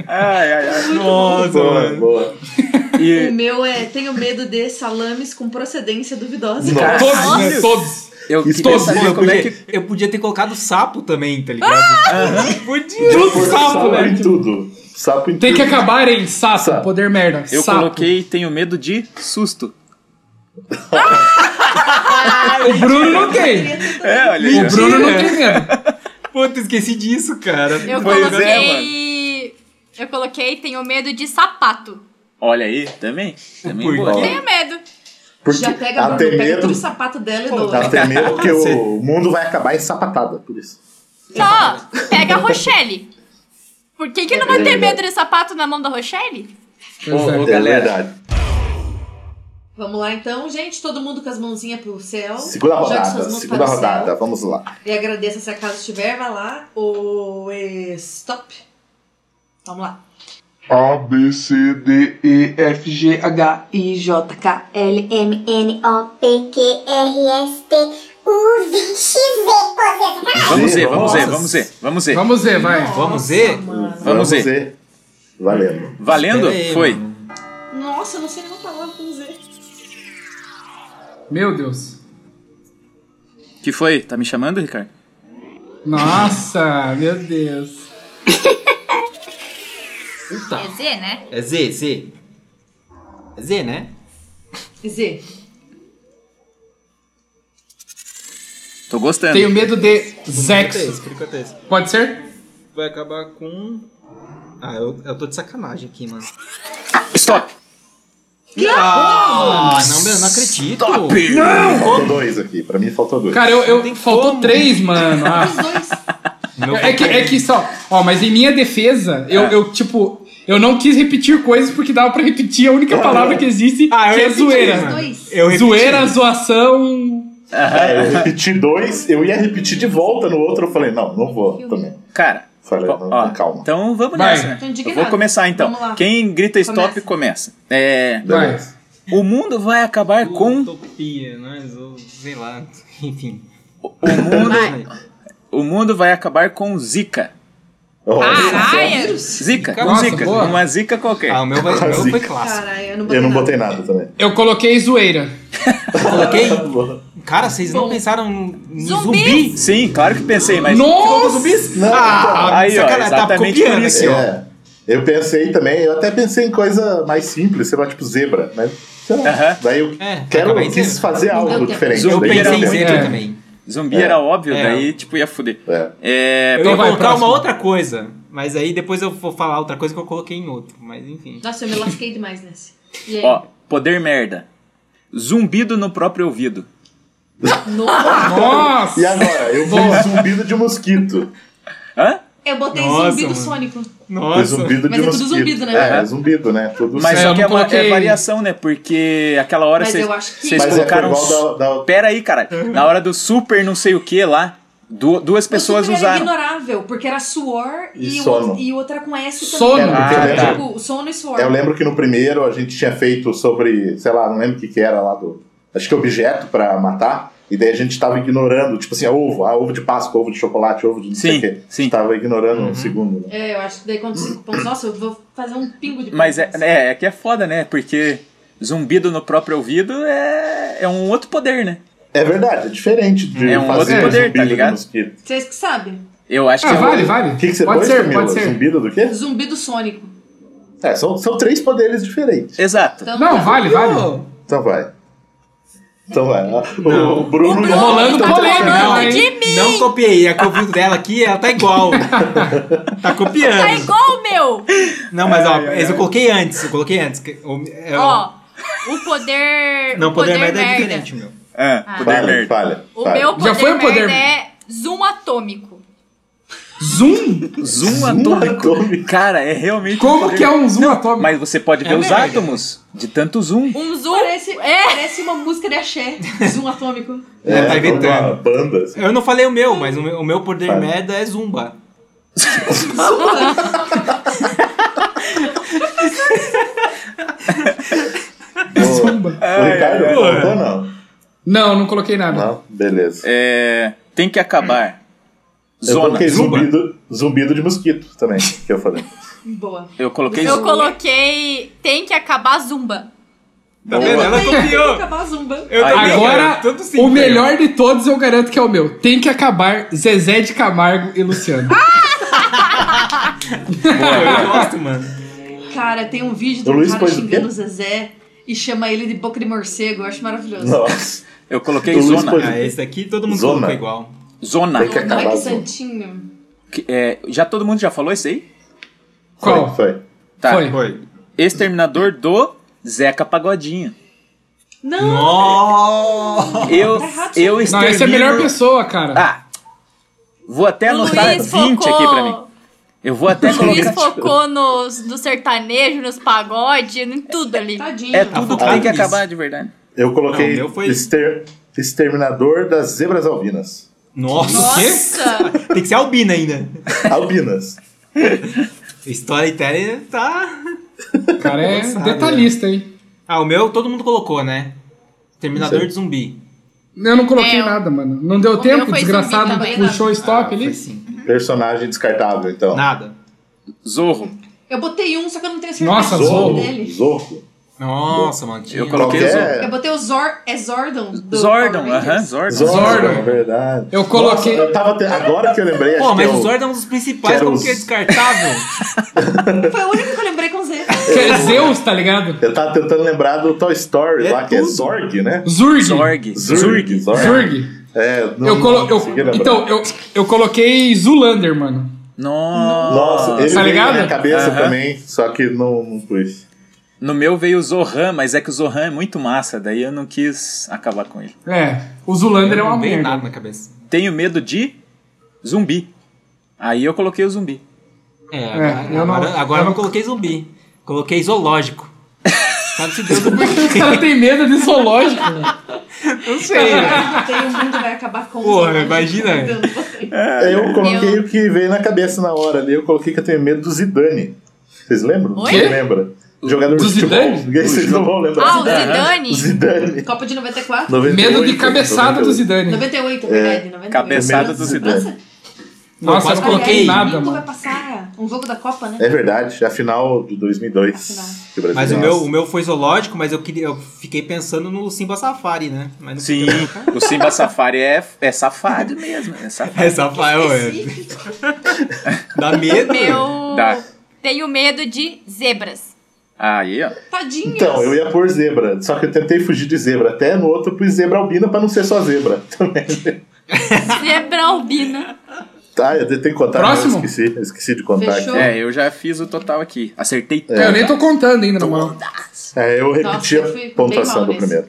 S3: Ai, ai, ai.
S8: Nossa,
S2: Boa,
S8: mano.
S2: boa.
S5: O
S3: E
S5: meu é tenho medo de salames com procedência duvidosa.
S2: Nossa.
S4: Todos, né?
S3: Deus.
S4: Todos.
S3: eu
S2: Isso
S8: Pô,
S4: todo
S3: queria saber
S8: eu,
S3: como é
S8: podia,
S3: que.
S8: eu podia ter colocado sapo também, tá ligado? Podia.
S2: Pôr
S8: Junto
S2: sapo
S8: sapo, né?
S2: em tudo. Sapo em
S4: Tem que
S2: tudo.
S4: acabar em sapo,
S2: Sapo.
S4: poder merda.
S3: Eu
S4: sapo.
S3: coloquei tenho medo de susto.
S4: Ah, O Bruno não tem.
S3: É, olha aí.
S4: O Bruno não
S8: Mentira.
S4: tem medo.
S8: Puta, esqueci disso, cara.
S7: Eu
S3: Pois é,
S7: coloquei. eu coloquei Tenho Medo de Sapato.
S3: Olha aí, também. Também
S8: Por
S3: boa.
S8: quê?
S7: Tenho medo.
S2: Porque
S5: Já pega,
S2: ela
S5: Bruno,
S2: tem
S5: pega
S2: medo.
S5: todo o sapato dela e
S2: Ela
S5: doa.
S2: tem medo que
S8: Sim.
S2: o mundo vai acabar em sapatada, por isso.
S7: Só pega a Rochelle. Por que, que não vai ter medo de sapato na mão da Rochelle?
S3: Ô, ô,
S2: É
S3: galera,
S2: verdade.
S5: Vamos lá então, gente. Todo mundo com as mãozinhas pro céu.
S2: Segunda
S5: Jogue
S2: rodada,
S5: suas mãos
S2: segunda
S5: para o céu.
S2: rodada, vamos lá.
S5: E agradeça se acaso estiver, vai lá. O eh, stop. Vamos lá.
S11: A, B, C, D, E, F, G, H.
S5: I, J, K.
S9: L, M, N, O, P, Q, R, S, T, o Vixe vê coisas.
S3: Vamos ver, vamos ver, vamos ver, vamos ver.
S4: é. Vamos ver, vai.
S8: Vamos ver?
S3: Vamos ver.
S2: Valendo.
S3: Valendo?
S8: Espera aí,
S3: Foi.
S5: Nossa, eu não sei nenhuma palavra pra dizer.
S4: Meu Deus.
S3: Que foi? Tá me chamando, Ricardo?
S4: Nossa, meu Deus.
S8: Puta.
S7: É Z, né?
S8: É Z, Z. É Z, né?
S5: Z.
S3: Tô gostando.
S4: Tenho medo de
S8: Por enquanto
S4: sexo.
S8: é esse, por enquanto é esse.
S4: Pode ser?
S8: Vai acabar com. Ah, eu, eu tô de sacanagem aqui, mano.
S3: Stop!
S8: Ah, não, meu, não acredito.
S2: Faltou dois aqui. Pra mim faltou dois.
S4: Cara, eu, eu-
S8: tem
S4: faltou
S8: como.
S4: três, mano. Ah.
S5: Os dois.
S8: Meu É.
S4: É que, é que só, ó, mas em minha defesa, eu, eu, tipo, eu não quis repetir coisas porque dava pra repetir a única palavra que existe,
S8: Ah, eu
S4: que é
S8: repeti,
S4: zoeira. É
S5: Os
S8: mano.
S5: dois.
S8: Eu repeti.
S4: Zoeira, zoação.
S2: Cara, eu repeti dois, eu ia repetir de volta no outro. Eu falei, não, não vou também.
S3: Cara,
S2: Falei,
S3: ó,
S2: não,
S8: Ah.
S3: ó,
S2: calma.
S3: então vamos
S4: Vai.
S3: nessa, né?
S5: Tô
S3: Eu
S5: indignada.
S3: vou começar então.
S5: Vamos lá.
S3: Quem grita stop, começa. É,
S4: Vai.
S2: Beleza.
S3: o mundo vai acabar com...
S8: Utopia, né? Ou Sei lá. Enfim.
S3: O mundo,
S8: Vai.
S3: o mundo vai acabar com zika.
S2: Ó,
S8: então
S7: Caralho!
S3: Zica,
S8: Zika?
S3: com
S4: Nossa,
S3: zika.
S4: boa.
S3: Uma zika qualquer.
S8: Ah, o meu, vai, o meu foi clássico.
S5: Caralho, eu não botei
S2: eu não
S5: nada.
S2: botei nada também.
S4: Eu coloquei zoeira.
S8: Coloquei.
S2: Boa.
S8: Cara, vocês não
S5: Bom.
S8: pensaram em
S7: Zumbi?
S8: zumbi?
S3: Sim, claro que pensei, mas...
S4: Nossa!
S8: Zumbis?
S2: Não, então,
S8: Ah,
S3: Aí, ó,
S8: sacanagem, tá
S3: exatamente
S8: copiando
S3: por isso.
S8: aqui, ó.
S2: É, eu pensei também, eu até pensei em coisa mais simples, sei lá, tipo zebra, mas sei lá,
S3: Aham.
S2: daí eu
S8: É,
S2: quero,
S8: acabei em
S2: quis
S8: zebra.
S2: fazer
S5: deu
S2: algo
S5: tempo.
S2: diferente.
S8: Eu
S2: daí
S8: pensei em
S2: deu
S8: zebra
S4: É.
S8: também.
S3: Zumbi era óbvio,
S8: É.
S3: daí tipo ia fuder.
S2: tempo. É.
S3: É,
S8: Eu
S4: Então
S8: ia
S4: vai,
S8: colocar
S4: próximo.
S8: uma outra coisa, mas aí depois eu vou falar outra coisa que eu coloquei em outro, mas enfim.
S5: Nossa, eu me lasquei demais nessa. E aí?
S3: ó, poder merda. Zumbido no próprio ouvido.
S5: Nossa.
S4: Nossa!
S2: E agora? Eu fui
S4: Boa.
S2: zumbido de mosquito.
S3: Hã?
S5: Eu botei
S8: Nossa,
S5: zumbido
S8: mano.
S5: sônico.
S2: Fui
S8: Nossa.
S2: zumbido
S5: Mas
S2: de
S5: é tudo
S2: mosquito.
S5: zumbido, né?
S2: É, zumbido, né? Tudo
S3: Mas
S4: É,
S3: só
S4: eu
S3: que é
S4: não
S3: uma é
S4: coloquei-
S3: variação, né? Porque aquela hora
S5: Mas
S3: vocês
S5: eu acho que-
S3: vocês
S2: Mas é
S3: colocaram.
S2: por igual
S3: s-
S2: da- da-
S3: Pera aí, cara.
S8: Uhum.
S3: Na hora do super não sei o que lá, du- duas pessoas
S5: o super
S3: usaram.
S5: Era ignorável, porque era suor
S2: E
S5: e, o,
S2: sono.
S5: outro- e outra com S também.
S4: Sono.
S2: É, porque
S3: Ah,
S2: eu,
S3: tá.
S2: lembro,
S5: Tipo, sono e suor.
S2: eu lembro que no primeiro a gente tinha feito sobre, sei lá, não lembro o que, que era lá do. Acho que objeto pra matar. E daí a gente tava ignorando, tipo assim, ovo, ah, ovo de Páscoa, ovo de chocolate, ovo de não sei
S3: Sim,
S2: o quê. A
S3: sim.
S2: gente tava ignorando um segundo. Né?
S5: É, eu acho que daí quando cinco pontos. Nossa, eu vou fazer um pingo de
S3: Mas é,
S5: pontos.
S3: é, é que é foda, né? Porque zumbido no próprio ouvido é, é um outro poder, né?
S2: É verdade, é diferente de
S3: É um
S2: fazer
S3: outro poder, tá
S2: zumbido de
S3: ligado?
S2: mosquito.
S5: Vocês que sabem.
S3: Eu acho
S4: Ah,
S3: que. é
S4: vale,
S8: um-
S4: vale.
S2: O que, que você Um
S4: pode
S2: pôs,
S4: ser,
S2: Camila?
S4: pode ser.
S2: Zumbido do quê?
S5: Zumbido sônico.
S2: É, são, são três poderes diferentes.
S3: Exato.
S5: Então,
S4: Não,
S5: tá.
S2: um
S4: vale, vale.
S8: um
S2: Então vai. Então vai. O, o Bruno.
S7: O Bruno
S4: Rolando
S7: tá
S4: polêmica,
S7: falando
S4: hein?
S7: de mim!
S8: Não copiei, a que eu vi dela aqui, ela tá igual. tá copiando.
S7: Tá igual o meu!
S8: Não, mas ó, esse eu coloquei antes, eu coloquei antes. que eu- eu-
S7: Ó, o poder.
S8: não,
S7: o
S8: poder merda é diferente, meu.
S3: É, poder
S2: Falha,
S3: merda.
S2: falha.
S7: O
S2: falha.
S7: meu poder,
S4: Já foi o poder-
S7: merda é zoom atômico.
S4: Zoom?
S3: Zoom
S2: atômico.
S3: atômico. Cara, é realmente. um
S4: Como
S3: poder-
S4: que é um zoom atômico?
S3: Mas você pode ver
S8: É
S3: os
S8: merda.
S3: átomos de tanto zoom.
S7: Um zoom.
S5: Parece,
S7: É.
S5: parece uma música de axé. Zoom atômico.
S8: Ela tá
S2: como
S8: inventando.
S2: uma Banda. assim.
S8: Eu não falei o meu, mas o meu, o meu poder
S2: Vai.
S8: merda é zumba.
S4: Zumba.
S2: O
S3: É,
S2: Ricardo
S8: ai, ai.
S2: contou, não?
S4: Não, não coloquei nada.
S2: Não, beleza.
S3: É, tem que acabar.
S2: eu
S3: Zona. é
S2: coloquei
S8: zumba.
S2: zumbido, zumbido de mosquito também, que eu falei.
S5: Boa.
S3: Eu coloquei
S7: Eu
S3: zumbi.
S7: coloquei. Tem que acabar a zumba.
S8: Tá vendo? Ela
S5: Vou
S8: copiou.
S5: acabar a zumba.
S8: Eu
S3: Aí,
S8: também,
S4: Agora,
S8: cara, tudo sim,
S4: o
S8: cara.
S4: melhor de todos eu garanto que é o meu. Tem que acabar Zezé de Camargo e Luciano.
S8: Pô, eu gosto, mano.
S5: Cara, tem um vídeo do
S2: O Luiz
S5: cara
S2: pôs o
S5: xingando
S2: quê?
S5: o Zezé e chama ele de boca de morcego. Eu acho maravilhoso.
S2: Nossa.
S3: Eu coloquei
S2: O Luiz
S3: zona.
S2: pôs-
S8: Ah, esse daqui todo mundo
S2: Zona.
S8: colocou igual.
S3: Zona.
S2: Tem que
S5: Não é
S2: acabar.
S5: que
S2: zumbi.
S5: santinho.
S3: Que- é, já todo mundo já falou isso aí?
S4: Qual?
S2: Foi, foi.
S3: Tá.
S4: Foi.
S8: Foi.
S3: Exterminador do Zeca Pagodinho.
S5: Não,
S8: Nossa!
S3: Eu,
S5: Tá errado,
S3: eu
S4: Não,
S3: extermino...
S4: essa é a melhor pessoa, cara.
S3: Ah, vou até
S7: o
S3: anotar
S5: é
S3: 20
S7: Luiz focou.
S3: aqui pra mim. Eu vou até
S7: O Luiz
S3: colocar...
S7: focou nos, no sertanejo, nos pagode, em tudo ali.
S5: tadinho.
S3: É tudo que
S8: focado
S3: tem que
S8: nisso.
S3: acabar de verdade.
S2: Eu coloquei
S8: Não, o meu foi-
S2: exter- exterminador das zebras albinas.
S8: Nossa, o quê?
S7: Nossa!
S8: Tem que ser albina ainda.
S2: Albinas.
S8: Storytelling tá.
S4: O cara é
S8: Nossa,
S4: detalhista, hein?
S8: Ah, o meu todo mundo colocou, né? Terminador
S2: Isso aí.
S8: de zumbi.
S4: Eu não coloquei
S7: É, o-
S4: nada, mano. Não deu
S7: o meu
S4: tempo,
S7: foi
S4: desgraçado,
S7: zumbi também, né?
S4: puxou o
S2: Ah,
S4: stop ali.
S2: Personagem descartável, então.
S8: Nada.
S3: Zorro.
S5: Eu botei um, só que eu não tenho certeza
S2: Nossa,
S5: do nome
S2: Zorro.
S5: dele.
S2: Zorro.
S8: Nossa, mano.
S3: Eu coloquei
S2: Qualquer-
S5: Eu botei o Zor... É Zordon? do
S3: Zordon,
S5: Power Rangers.
S3: aham, Zordon.
S2: Zordon, é verdade.
S4: Eu coloquei-
S2: Nossa, eu tava te- Agora que eu lembrei, acho
S8: Pô, mas
S2: que
S8: o
S2: eu...
S8: Zordon é um dos principais,
S2: Quero
S8: como
S2: os-
S8: que é descartável?
S5: Foi o único que eu lembrei com Z.
S4: Que é Zeus, tá ligado?
S2: Eu tava tentando lembrar do Toy Story
S8: É
S2: lá, que é
S8: tudo.
S2: Zorg, né?
S4: Zurg.
S3: Zorg.
S2: Zurg.
S4: Zurg.
S2: É, não,
S4: Eu colo...
S2: não
S4: eu...
S2: consegui lembrar.
S4: Então, eu... eu coloquei Zulander, mano.
S3: Nossa.
S2: Nossa, ele
S4: Tá
S2: veio
S4: ligado?
S2: na minha cabeça
S3: Aham.
S2: também, só que não, não pus.
S3: No meu veio o Zohan, mas é que o Zohan é muito massa, daí eu não quis acabar com ele.
S4: É, o Zulander é uma
S8: Não tem
S4: merda.
S8: nada na cabeça.
S3: Tenho medo de zumbi. Aí eu coloquei o zumbi.
S8: É, agora,
S4: eu não-
S8: agora, agora
S4: eu
S8: eu
S4: não-
S8: não coloquei zumbi. Coloquei zoológico. Sabe-se Deus o
S4: O cara tem medo de zoológico. mano.
S8: Eu sei, velho.
S5: Tem, o mundo vai acabar com
S8: Porra,
S5: Zordon.
S8: imagina.
S5: Então, você-
S4: É,
S2: eu coloquei o que veio na cabeça na hora ali, eu coloquei que eu tenho medo do Zidane. Vocês lembram?
S7: Oi?
S2: Quem lembra? Jogador
S4: Do
S2: de futebol.
S4: Zidane?
S2: Ninguém- Vocês não vão lembrar.
S7: Ah, o Zidane.
S2: O Zidane.
S5: Copa de 94?
S2: 98,
S4: Medo de cabeçada do
S2: 98.
S4: Zidane.
S5: 98, é verdade. 98.
S3: Cabeçada do Zidane.
S5: Nossa,
S4: Nossa, eu
S8: Mas
S4: não
S5: aliás,
S4: coloquei nada,
S5: domingo vai
S4: mano.
S5: passar um jogo da Copa, né?
S2: É verdade, a final de 2002.
S5: Afinal.
S2: que o Brasil
S8: Mas o
S2: ganhou.
S8: meu, o meu foi zoológico, mas eu, queria, eu fiquei pensando no Simba Safari, né? Mas não
S3: Sim,
S8: podia colocar.
S3: o Simba Safari é, é safado mesmo. É safado.
S8: É Safari, ué.
S5: Específico.
S8: Dá medo.
S7: Eu
S3: Dá.
S7: tenho medo de zebras.
S3: Aí, ó.
S5: Tadinhas.
S2: Então, eu ia pôr zebra, só que eu tentei fugir de zebra. Até no outro eu pus zebra albina pra não ser só zebra.
S7: Zebra albina.
S2: tá, eu tentei contar, mas eu
S4: Próximo?
S2: esqueci, eu esqueci de contar
S5: Fechou.
S2: aqui.
S3: É, eu já fiz o total aqui. Acertei tudo.
S8: tá.
S4: É, eu nem tô contando ainda, na moral.
S2: É, eu repeti
S5: Nossa, eu fui
S2: a
S5: bem
S2: pontuação
S5: mal
S2: do
S5: nesse.
S2: primeiro.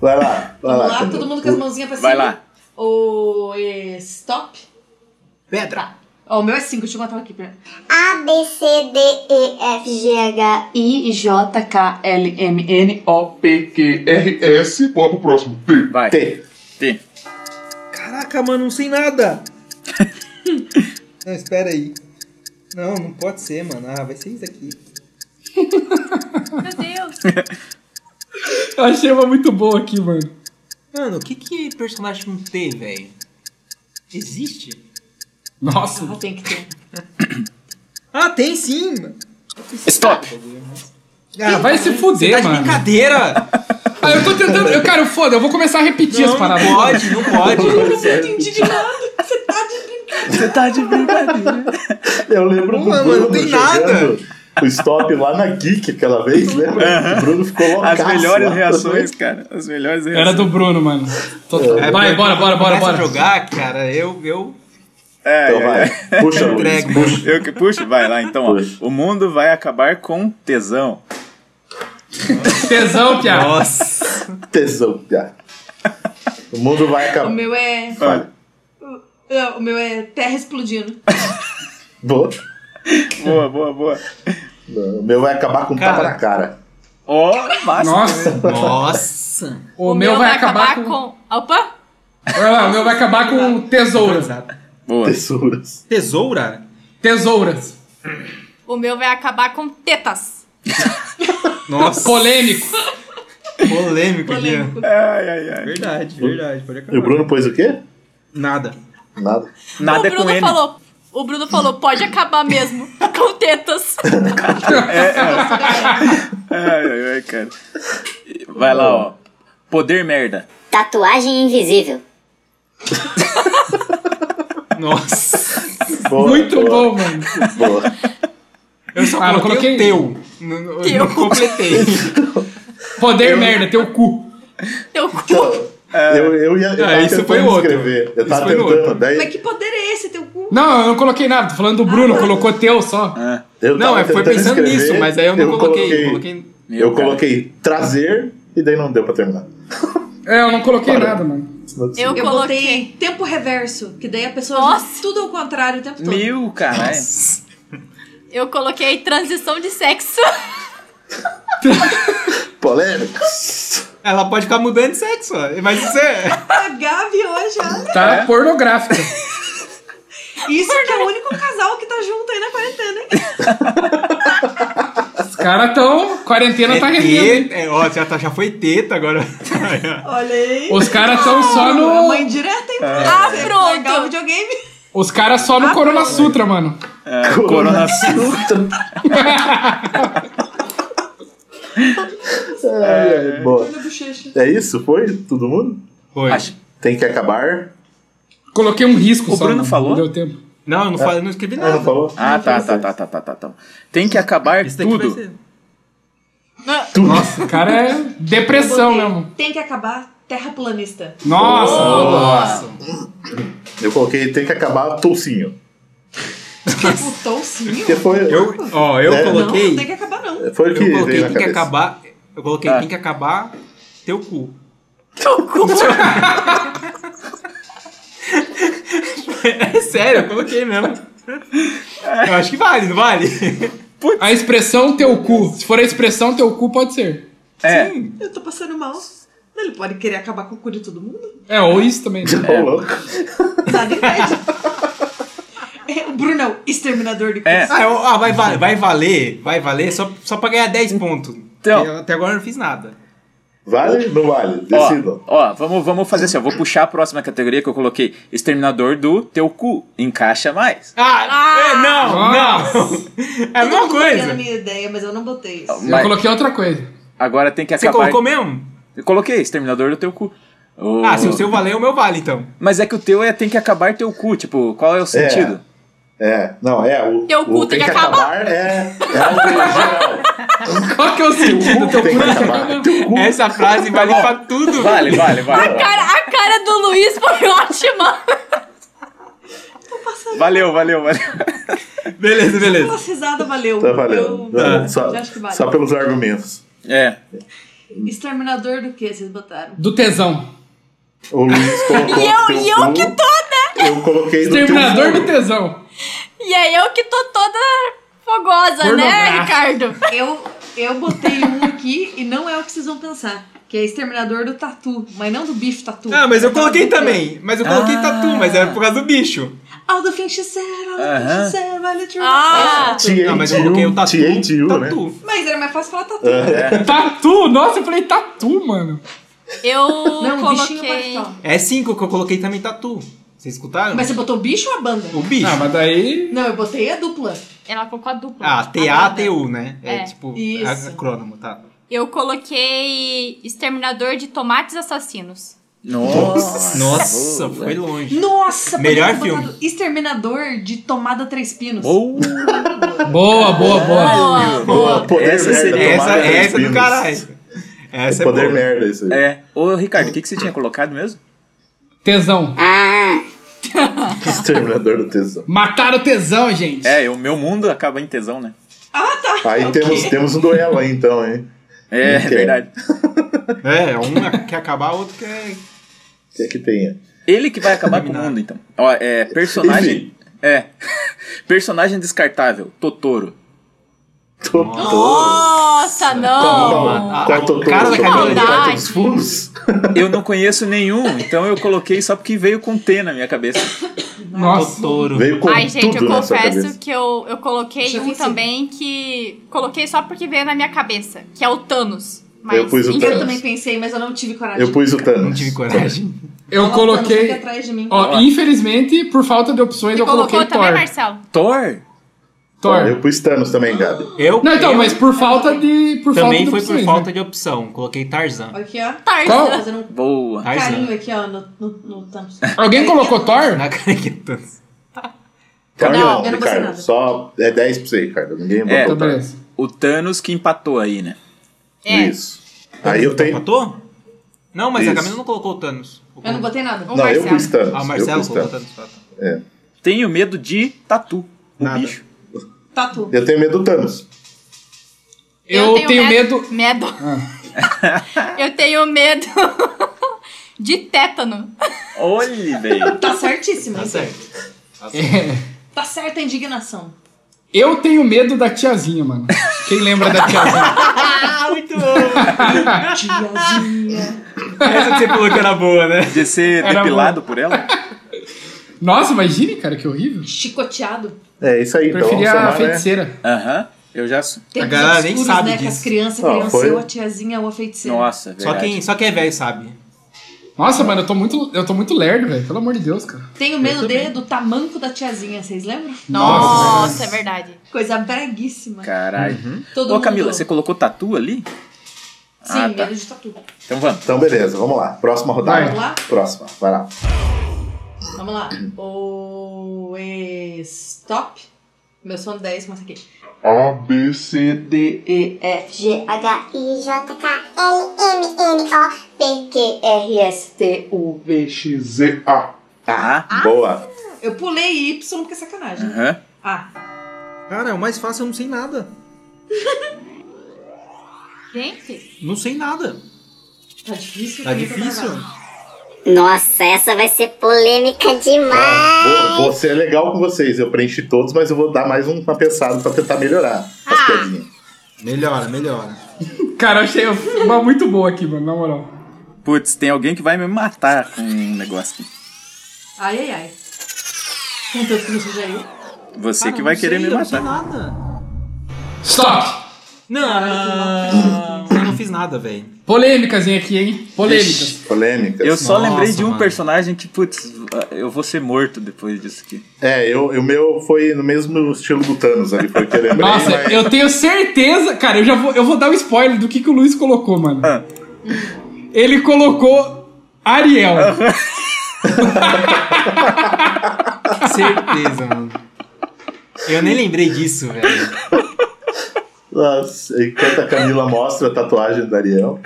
S2: Vai lá, vai
S5: Vamos
S2: lá.
S5: lá,
S2: Camila.
S5: todo mundo com as mãozinhas pra cima.
S3: Vai lá.
S5: O eh, stop.
S8: Pedra.
S5: Ó, o meu é 5, deixa eu contar aqui pra
S9: A, B, C, D, E, F, G, H,
S5: I, J, K, L, M, N, O.
S11: PQRS, bora pro próximo. P.
S3: Vai.
S2: T.
S3: T.
S8: Caraca, mano, não sei nada. não, espera aí. Não, não pode ser, mano. Ah, vai ser isso aqui.
S7: Meu Deus.
S4: Eu achei uma muito boa aqui, mano.
S8: Mano, o que que é personagem com T, velho? Existe?
S4: Nossa.
S5: Ah, tem que ter.
S8: Ah, tem sim!
S3: Stop.
S4: Ah, vai se
S8: Tá
S4: fuder,
S8: de
S4: mano.
S8: brincadeira!
S4: Ah, eu tô tentando. Eu, cara, foda, eu vou começar a repetir as
S8: não,
S4: paradas.
S8: não pode, não pode.
S5: Indignado. Você tá de
S3: Você tá de brincadeira.
S2: Eu lembro
S8: Pô,
S2: do
S8: mano,
S2: Bruno
S8: não tem
S2: jogando
S8: nada.
S2: o stop lá na Geek aquela vez,
S5: Uhum.
S2: lembra? O Bruno ficou
S3: As
S2: loucaço.
S3: melhores
S2: lá.
S3: reações, cara. As melhores reações.
S4: Era do Bruno, mano. Tô- Vai, bora, bora, bora,
S8: Começa a
S4: bora.
S8: jogar, cara, eu, eu
S3: É,
S2: Então
S3: é,
S2: vai,
S3: é.
S2: puxa, Luiz,
S8: Entrega.
S2: puxa.
S3: Eu que puxo? Vai lá então, ó.
S2: Puxa.
S3: O mundo vai acabar com tesão.
S4: Tesão, piá.
S8: Nossa.
S2: é Tesão, piá. O mundo vai
S5: O
S2: acabar.
S5: meu é.
S3: Olha,
S5: Não, o meu é terra explodindo.
S2: Boa.
S3: boa, boa, boa.
S2: O meu vai acabar com tapa
S8: Cara.
S2: na cara.
S3: Ó, massa.
S4: Nossa.
S8: Nossa.
S4: O, meu, vai, acabar, com.
S7: Opa!
S4: Ah, o meu vai acabar com tesoura.
S3: Boa.
S2: Tesouras.
S8: Tesoura?
S4: Tesouras.
S7: O meu vai acabar com tetas.
S8: Nossa.
S4: Polêmico.
S8: Polêmico,
S5: Polêmico.
S8: Guilherme.
S3: Ai, ai, ai.
S8: Verdade, verdade. Pode acabar.
S2: E o Bruno pôs o quê?
S8: Nada.
S2: Nada.
S3: Nada
S7: o Bruno
S3: com ele.
S7: falou. O Bruno falou, pode acabar mesmo. com tetas.
S3: Ai, ai, ai, cara. Vai lá, ó. Poder merda.
S6: Tatuagem invisível.
S8: Nossa.
S2: Boa,
S4: Muito
S2: boa,
S4: bom, mano.
S2: Boa.
S8: Eu só
S4: Ah, não
S8: coloquei,
S4: coloquei.
S8: o teu. Não, não- não completei.
S4: Poder merda, teu cu.
S7: Teu cu.
S2: Então,
S3: É.
S2: Eu, eu ia. Eu
S8: Ah,
S2: tava
S8: isso
S2: tentando
S8: foi outro.
S2: escrever. Eu tava
S8: Isso foi no
S2: tentando.
S8: outro.
S2: Daí
S5: Mas que poder é esse, teu cu?
S4: Não, eu não coloquei nada. Tô falando do Bruno, colocou teu só.
S2: tá, eu
S8: Não,
S2: tava
S8: é, foi
S2: tentando
S8: pensando
S2: escrever,
S8: nisso, mas aí eu não coloquei. eu coloquei-
S3: Meu,
S2: eu
S3: cara.
S2: coloquei trazer e daí não deu pra terminar.
S4: É, eu não coloquei
S2: Para.
S4: nada, mano.
S7: Eu
S5: Eu
S7: coloquei.
S5: botei tempo reverso, que daí a pessoa
S7: Nossa.
S5: diz tudo ao contrário o tempo todo.
S3: Meu, caralho.
S7: Eu coloquei transição de sexo.
S2: Polêmicas.
S8: Ela pode ficar mudando de sexo, ó, mas isso é.
S5: A Gabi hoje, olha.
S4: Tá pornográfica.
S5: Isso que é o único casal que tá junto aí na quarentena, hein?
S4: caras estão. Quarentena tá
S10: é
S4: rendendo. hein?
S10: teta, é, ó, já, tá- já foi teta agora.
S5: Olha aí.
S4: Os caras estão só no.
S5: A mãe direta, hein? Ah, pronto. O videogame.
S4: Os caras só no Corona Sutra, mano.
S3: É, Corona Sutra. É.
S2: Ai, ai, boa.
S5: Olha a bochecha.
S2: É isso? Foi? Todo mundo?
S10: Foi.
S2: Tem que acabar.
S4: Coloquei um risco
S3: O Bruno falou?
S4: Deu tempo.
S10: Não, eu não, falei, não escrevi nada.
S3: Ah, tá, tá, tá, tá, tá, tá, tá. Tem que acabar
S10: daqui vai
S3: tudo.
S10: ser-
S4: Nossa, o cara é depressão né,
S5: Eu botei,
S4: mesmo.
S5: Tem que acabar terraplanista.
S4: Nossa, nossa.
S2: Eu coloquei tem que acabar toucinho.
S5: Tipo, toucinho.
S2: Porque foi,
S10: Eu, ó, eu
S2: É.
S5: Não, não tem
S10: coloquei.
S5: que acabar, não.
S2: foi o
S10: Eu
S2: que
S10: coloquei
S2: veio na
S10: tem que
S2: cabeça.
S10: acabar. Eu coloquei
S3: Ah.
S10: tem que acabar teu cu. É sério, eu coloquei mesmo. Eu acho que vale, não vale?
S4: A expressão teu cu. Se for a expressão teu cu, pode ser.
S3: É,
S5: Eu tô passando mal. Ele pode querer acabar com o cu de todo mundo.
S4: É, ou isso também. né?
S2: Ô, louco.
S5: Nada impede. né? É, o Bruno é o exterminador de cu.
S3: É.
S10: Ah, eu- ah, vai, va- vai valer, vai valer só, só pra ganhar 10 pontos.
S3: Então.
S10: Eu- até agora eu não fiz nada.
S2: Vale? Não vale.
S3: ó,
S2: Decidam.
S3: ó, vamos, vamos fazer assim, ó. Vou puxar a próxima categoria que eu coloquei. Exterminador do teu cu. Encaixa mais.
S10: Ah, é, não,
S4: Nossa.
S10: não. É a mesma
S5: Todo mundo copiando a
S10: coisa.
S5: minha ideia, mas eu não botei isso.
S4: Eu
S3: Mas
S4: coloquei outra coisa.
S3: agora tem que
S10: Você
S3: acabar.
S10: colocou mesmo?
S3: Eu coloquei, exterminador do teu cu. O-
S10: Ah, se o seu valer, o meu vale, então.
S3: Mas é que o teu é tem que acabar teu cu. Tipo, qual é o sentido?
S2: É, não, é. O,
S7: Teu cu
S2: o
S7: tem que acabar.
S2: é, é
S4: Qual que é o
S2: o
S4: sentido?
S2: geral.
S4: Teu
S2: tem que
S4: cu é
S2: acabar. Teu cu.
S10: Essa frase vale pra tudo.
S3: Vale, vale, vale.
S7: Cara, a cara do Luiz foi ótima.
S3: Valeu, valeu, valeu.
S10: Beleza, beleza.
S5: Pela risada valeu.
S2: Tá valendo.
S5: Eu-
S10: É.
S2: Não, só,
S5: já acho que vale.
S2: só pelos argumentos.
S3: É.
S5: Exterminador do que vocês botaram?
S4: Do tesão.
S2: O Luiz colocou.
S7: E eu-
S2: teu
S7: e eu
S2: cu,
S7: que né?
S2: toda! Eu coloquei no
S4: Exterminador
S2: teu
S4: do
S2: cu.
S4: tesão.
S7: E aí eu que tô toda fogosa, né,
S4: Pornográfica.
S7: Ricardo?
S5: Eu, eu botei um aqui e não é o que vocês vão pensar. Que é exterminador do tatu, mas não do bife tatu.
S10: Ah, mas eu coloquei também. Mas eu coloquei
S3: Ah.
S10: tatu, mas era por causa do bicho.
S5: Aldo Finchicero, Aldo
S3: Aham.
S5: Finchicero, vale tudo.
S7: Ah,
S2: T8U,
S10: Não, mas eu coloquei o tatu.
S2: T8U, né?
S10: tatu.
S5: Mas era mais fácil falar tatu.
S4: Tatu. Nossa, eu falei tatu, mano.
S7: eu
S5: Não, bichinho
S7: coloquei.
S5: pode falar.
S10: É 5 que eu coloquei também tatu. Vocês escutaram?
S5: Mas você botou o bicho ou a banda?
S10: O bicho.
S4: Ah, mas daí...
S5: Não, eu botei a dupla.
S7: Ela colocou a dupla.
S10: Ah,
S7: A banda.
S10: T-A-T-U, né? É,
S7: É,
S10: tipo,
S5: isso.
S10: acrônomo, tá?
S7: Eu coloquei Exterminador de Tomates Assassinos.
S3: Nossa.
S10: Nossa, foi longe.
S5: Nossa,
S10: Melhor
S5: podia ter
S10: filme.
S5: botado Exterminador de Tomada Três Pinos.
S3: Boa.
S4: Boa, boa, boa.
S7: Boa,
S2: Boa, poder
S3: Essa
S2: merda,
S3: seria-
S2: tomada
S10: Essa,
S2: três
S10: essa é do
S2: pinos.
S10: caralho. Essa é
S2: Poder
S10: boa.
S2: merda, isso aí.
S3: É. Ô, Ricardo, o que, que você tinha colocado mesmo?
S4: Tesão.
S6: Ah,
S10: É.
S2: Exterminador do tesão.
S4: Mataram o tesão, gente.
S3: É, o meu mundo acaba em tesão, né?
S2: Aí temos, temos um duelo aí, então, hein?
S3: É, é
S2: Entendo.
S3: verdade.
S10: É, um quer acabar, o outro quer.
S2: O que é que tem?
S3: Ele que vai acabar com o mundo, então. Ó, é, personagem. É. Personagem descartável, Totoro.
S2: Totoro.
S7: Nossa, não!
S10: Ah,
S2: Qual o Totoro?
S10: cara da
S2: Totoro
S10: Camila.
S2: do Porta dos fundos?
S3: Eu não conheço nenhum, então eu coloquei só porque veio com T na minha cabeça.
S4: Nossa.
S10: Totoro.
S2: Veio com
S7: Ai, gente, eu
S2: tudo na sua
S7: confesso
S2: cabeça.
S7: que eu, eu coloquei
S5: Já
S7: um
S5: pensei.
S7: também que. Coloquei só porque veio na minha cabeça, que é o Thanos. Mas,
S2: Eu pus o
S7: enfim,
S5: Eu
S2: Thanos.
S5: também pensei, mas eu não tive coragem.
S2: Eu pus o
S10: Não
S2: Thanos.
S10: tive coragem.
S4: Eu
S5: Tava botando isso aqui
S4: coloquei...
S5: atrás de mim.
S4: Ó, infelizmente, por falta de opções,
S7: Você
S4: eu
S7: colocou
S4: coloquei
S7: também,
S4: Thor.
S7: Marcelo?
S3: Thor?
S4: Thor.
S2: Eu pus Thanos também, Gabi.
S10: Eu.
S4: Não, então,
S10: eu
S7: um.
S4: mas por falta de... Por
S10: Também
S4: falta de
S10: foi por
S4: opções,
S10: falta
S4: né?
S10: de opção. Coloquei Tarzan.
S5: Olha aqui, ó.
S4: Qual?
S7: Tarzan.
S5: Fazendo um
S3: Boa.
S10: Tarzan.
S5: carinho aqui, ó, no, no, no Thanos.
S4: Alguém colocou Thor?
S10: Na cara que eu tô-
S2: Thor
S5: Não, eu não vou ser
S2: Ricardo.
S5: nada.
S2: Só é 10 pra você, Ricardo. Ninguém
S3: É,
S4: Então,
S2: botou Thanos.
S4: beleza.
S3: O Thanos que empatou aí, né?
S7: É.
S2: Isso. Aí eu tenho.
S4: Ah,
S10: Empatou? Não, mas a
S2: Isso.
S10: Camila não colocou o Thanos.
S5: Eu não botei nada.
S7: O
S2: Não, eu
S7: Marcelo.
S2: pus Thanos.
S10: Ah, o
S2: eu
S10: Marcelo
S2: pus
S10: colocou o
S2: Thanos.
S10: Thanos. ah, tá.
S3: Tenho medo de tatu. O
S10: Nada.
S3: bicho.
S5: Tatu.
S2: Eu tenho medo do Thanos.
S4: Eu, tenho medo...
S7: Medo. eu tenho medo de tétano.
S3: Olha, velho.
S5: Tá certíssimo.
S10: Tá certo.
S5: Tá certa a indignação.
S4: Eu tenho medo da tiazinha, mano. Quem lembra da tiazinha?
S10: Ah, muito bom!
S5: Tiazinha.
S10: Essa que você colocou era boa, né?
S3: De ser
S4: Era
S3: depilado por ela?
S4: Nossa, imagine, cara, que horrível.
S5: Chicoteado.
S2: É isso aí, então.
S4: Preferia
S2: vamos
S4: a
S2: somar, né?
S4: feiticeira.
S3: Aham. Eu já. su-
S5: Tempos obscuros, né, Que as crianças
S3: Não,
S5: criam
S3: foi-
S5: seu, a tiazinha ou a feiticeira.
S4: Só quem,
S10: só quem é velho sabe.
S4: Nossa, mano, eu tô muito, eu tô muito lerdo, velho. Pelo amor de Deus, cara.
S5: Tenho medo de do tamanco da tiazinha, vocês lembram?
S4: Nossa.
S7: é verdade.
S5: Coisa breguíssima.
S3: Caralho.
S5: Todo
S3: Ô,
S5: mundo-
S3: Camila, você colocou tatu ali?
S5: Sim,
S3: Ah, tá.
S5: medo de tatu.
S3: Então vamos.
S2: Então, beleza, vamos lá. Próxima rodada.
S5: Vamos lá?
S2: Próxima, vai lá.
S5: Vamos lá. O e- stop. Meu sono 10, começa aqui.
S11: A, B, C, D, E,
S9: F, G, H, I, J, K, L, M, N, O, P, Q, R, S, T, U,
S11: V, X, Z, A.
S2: Tá.
S3: Ah,
S2: boa.
S5: Eu pulei Y porque é sacanagem. Ah,
S8: Cara, é o mais fácil, eu não sei nada.
S7: Gente,
S8: Não sei nada.
S5: Tá difícil?
S8: Tá difícil?
S6: Nossa, essa vai ser polêmica demais.
S2: Vou, vou ser é legal com vocês. Eu preenchi todos, mas eu vou dar mais um- uma pensada pra tentar melhorar.
S5: Ah.
S8: Melhora, melhora.
S4: Cara, eu achei uma muito boa aqui, mano, na moral.
S3: Putz, tem alguém que vai me matar com um negócio aqui.
S5: ai, ai, ai. Contanto que não seja eu.
S3: Você
S5: Ah,
S3: que
S5: não
S3: vai
S5: sei,
S3: querer me
S5: eu não sei
S3: matar.
S8: Nada.
S4: Stop!
S8: Não, eu não fiz nada, velho.
S4: Polêmicas aqui, hein? Polêmicas.
S2: Polêmicas.
S3: Eu só
S2: Nossa,
S3: lembrei de um
S2: mano.
S3: personagem que, putz, eu vou ser morto depois disso aqui.
S2: É, eu, o meu foi no mesmo estilo do Thanos ali, foi o que eu lembrei.
S4: Nossa,
S2: mas-
S4: eu tenho certeza. Cara, eu já vou, eu vou dar um spoiler do que, que o Luiz colocou, mano. Ele colocou Ariel.
S8: Certeza, mano. Eu nem lembrei disso, velho.
S2: Nossa, enquanto a Camila mostra a tatuagem do Ariel.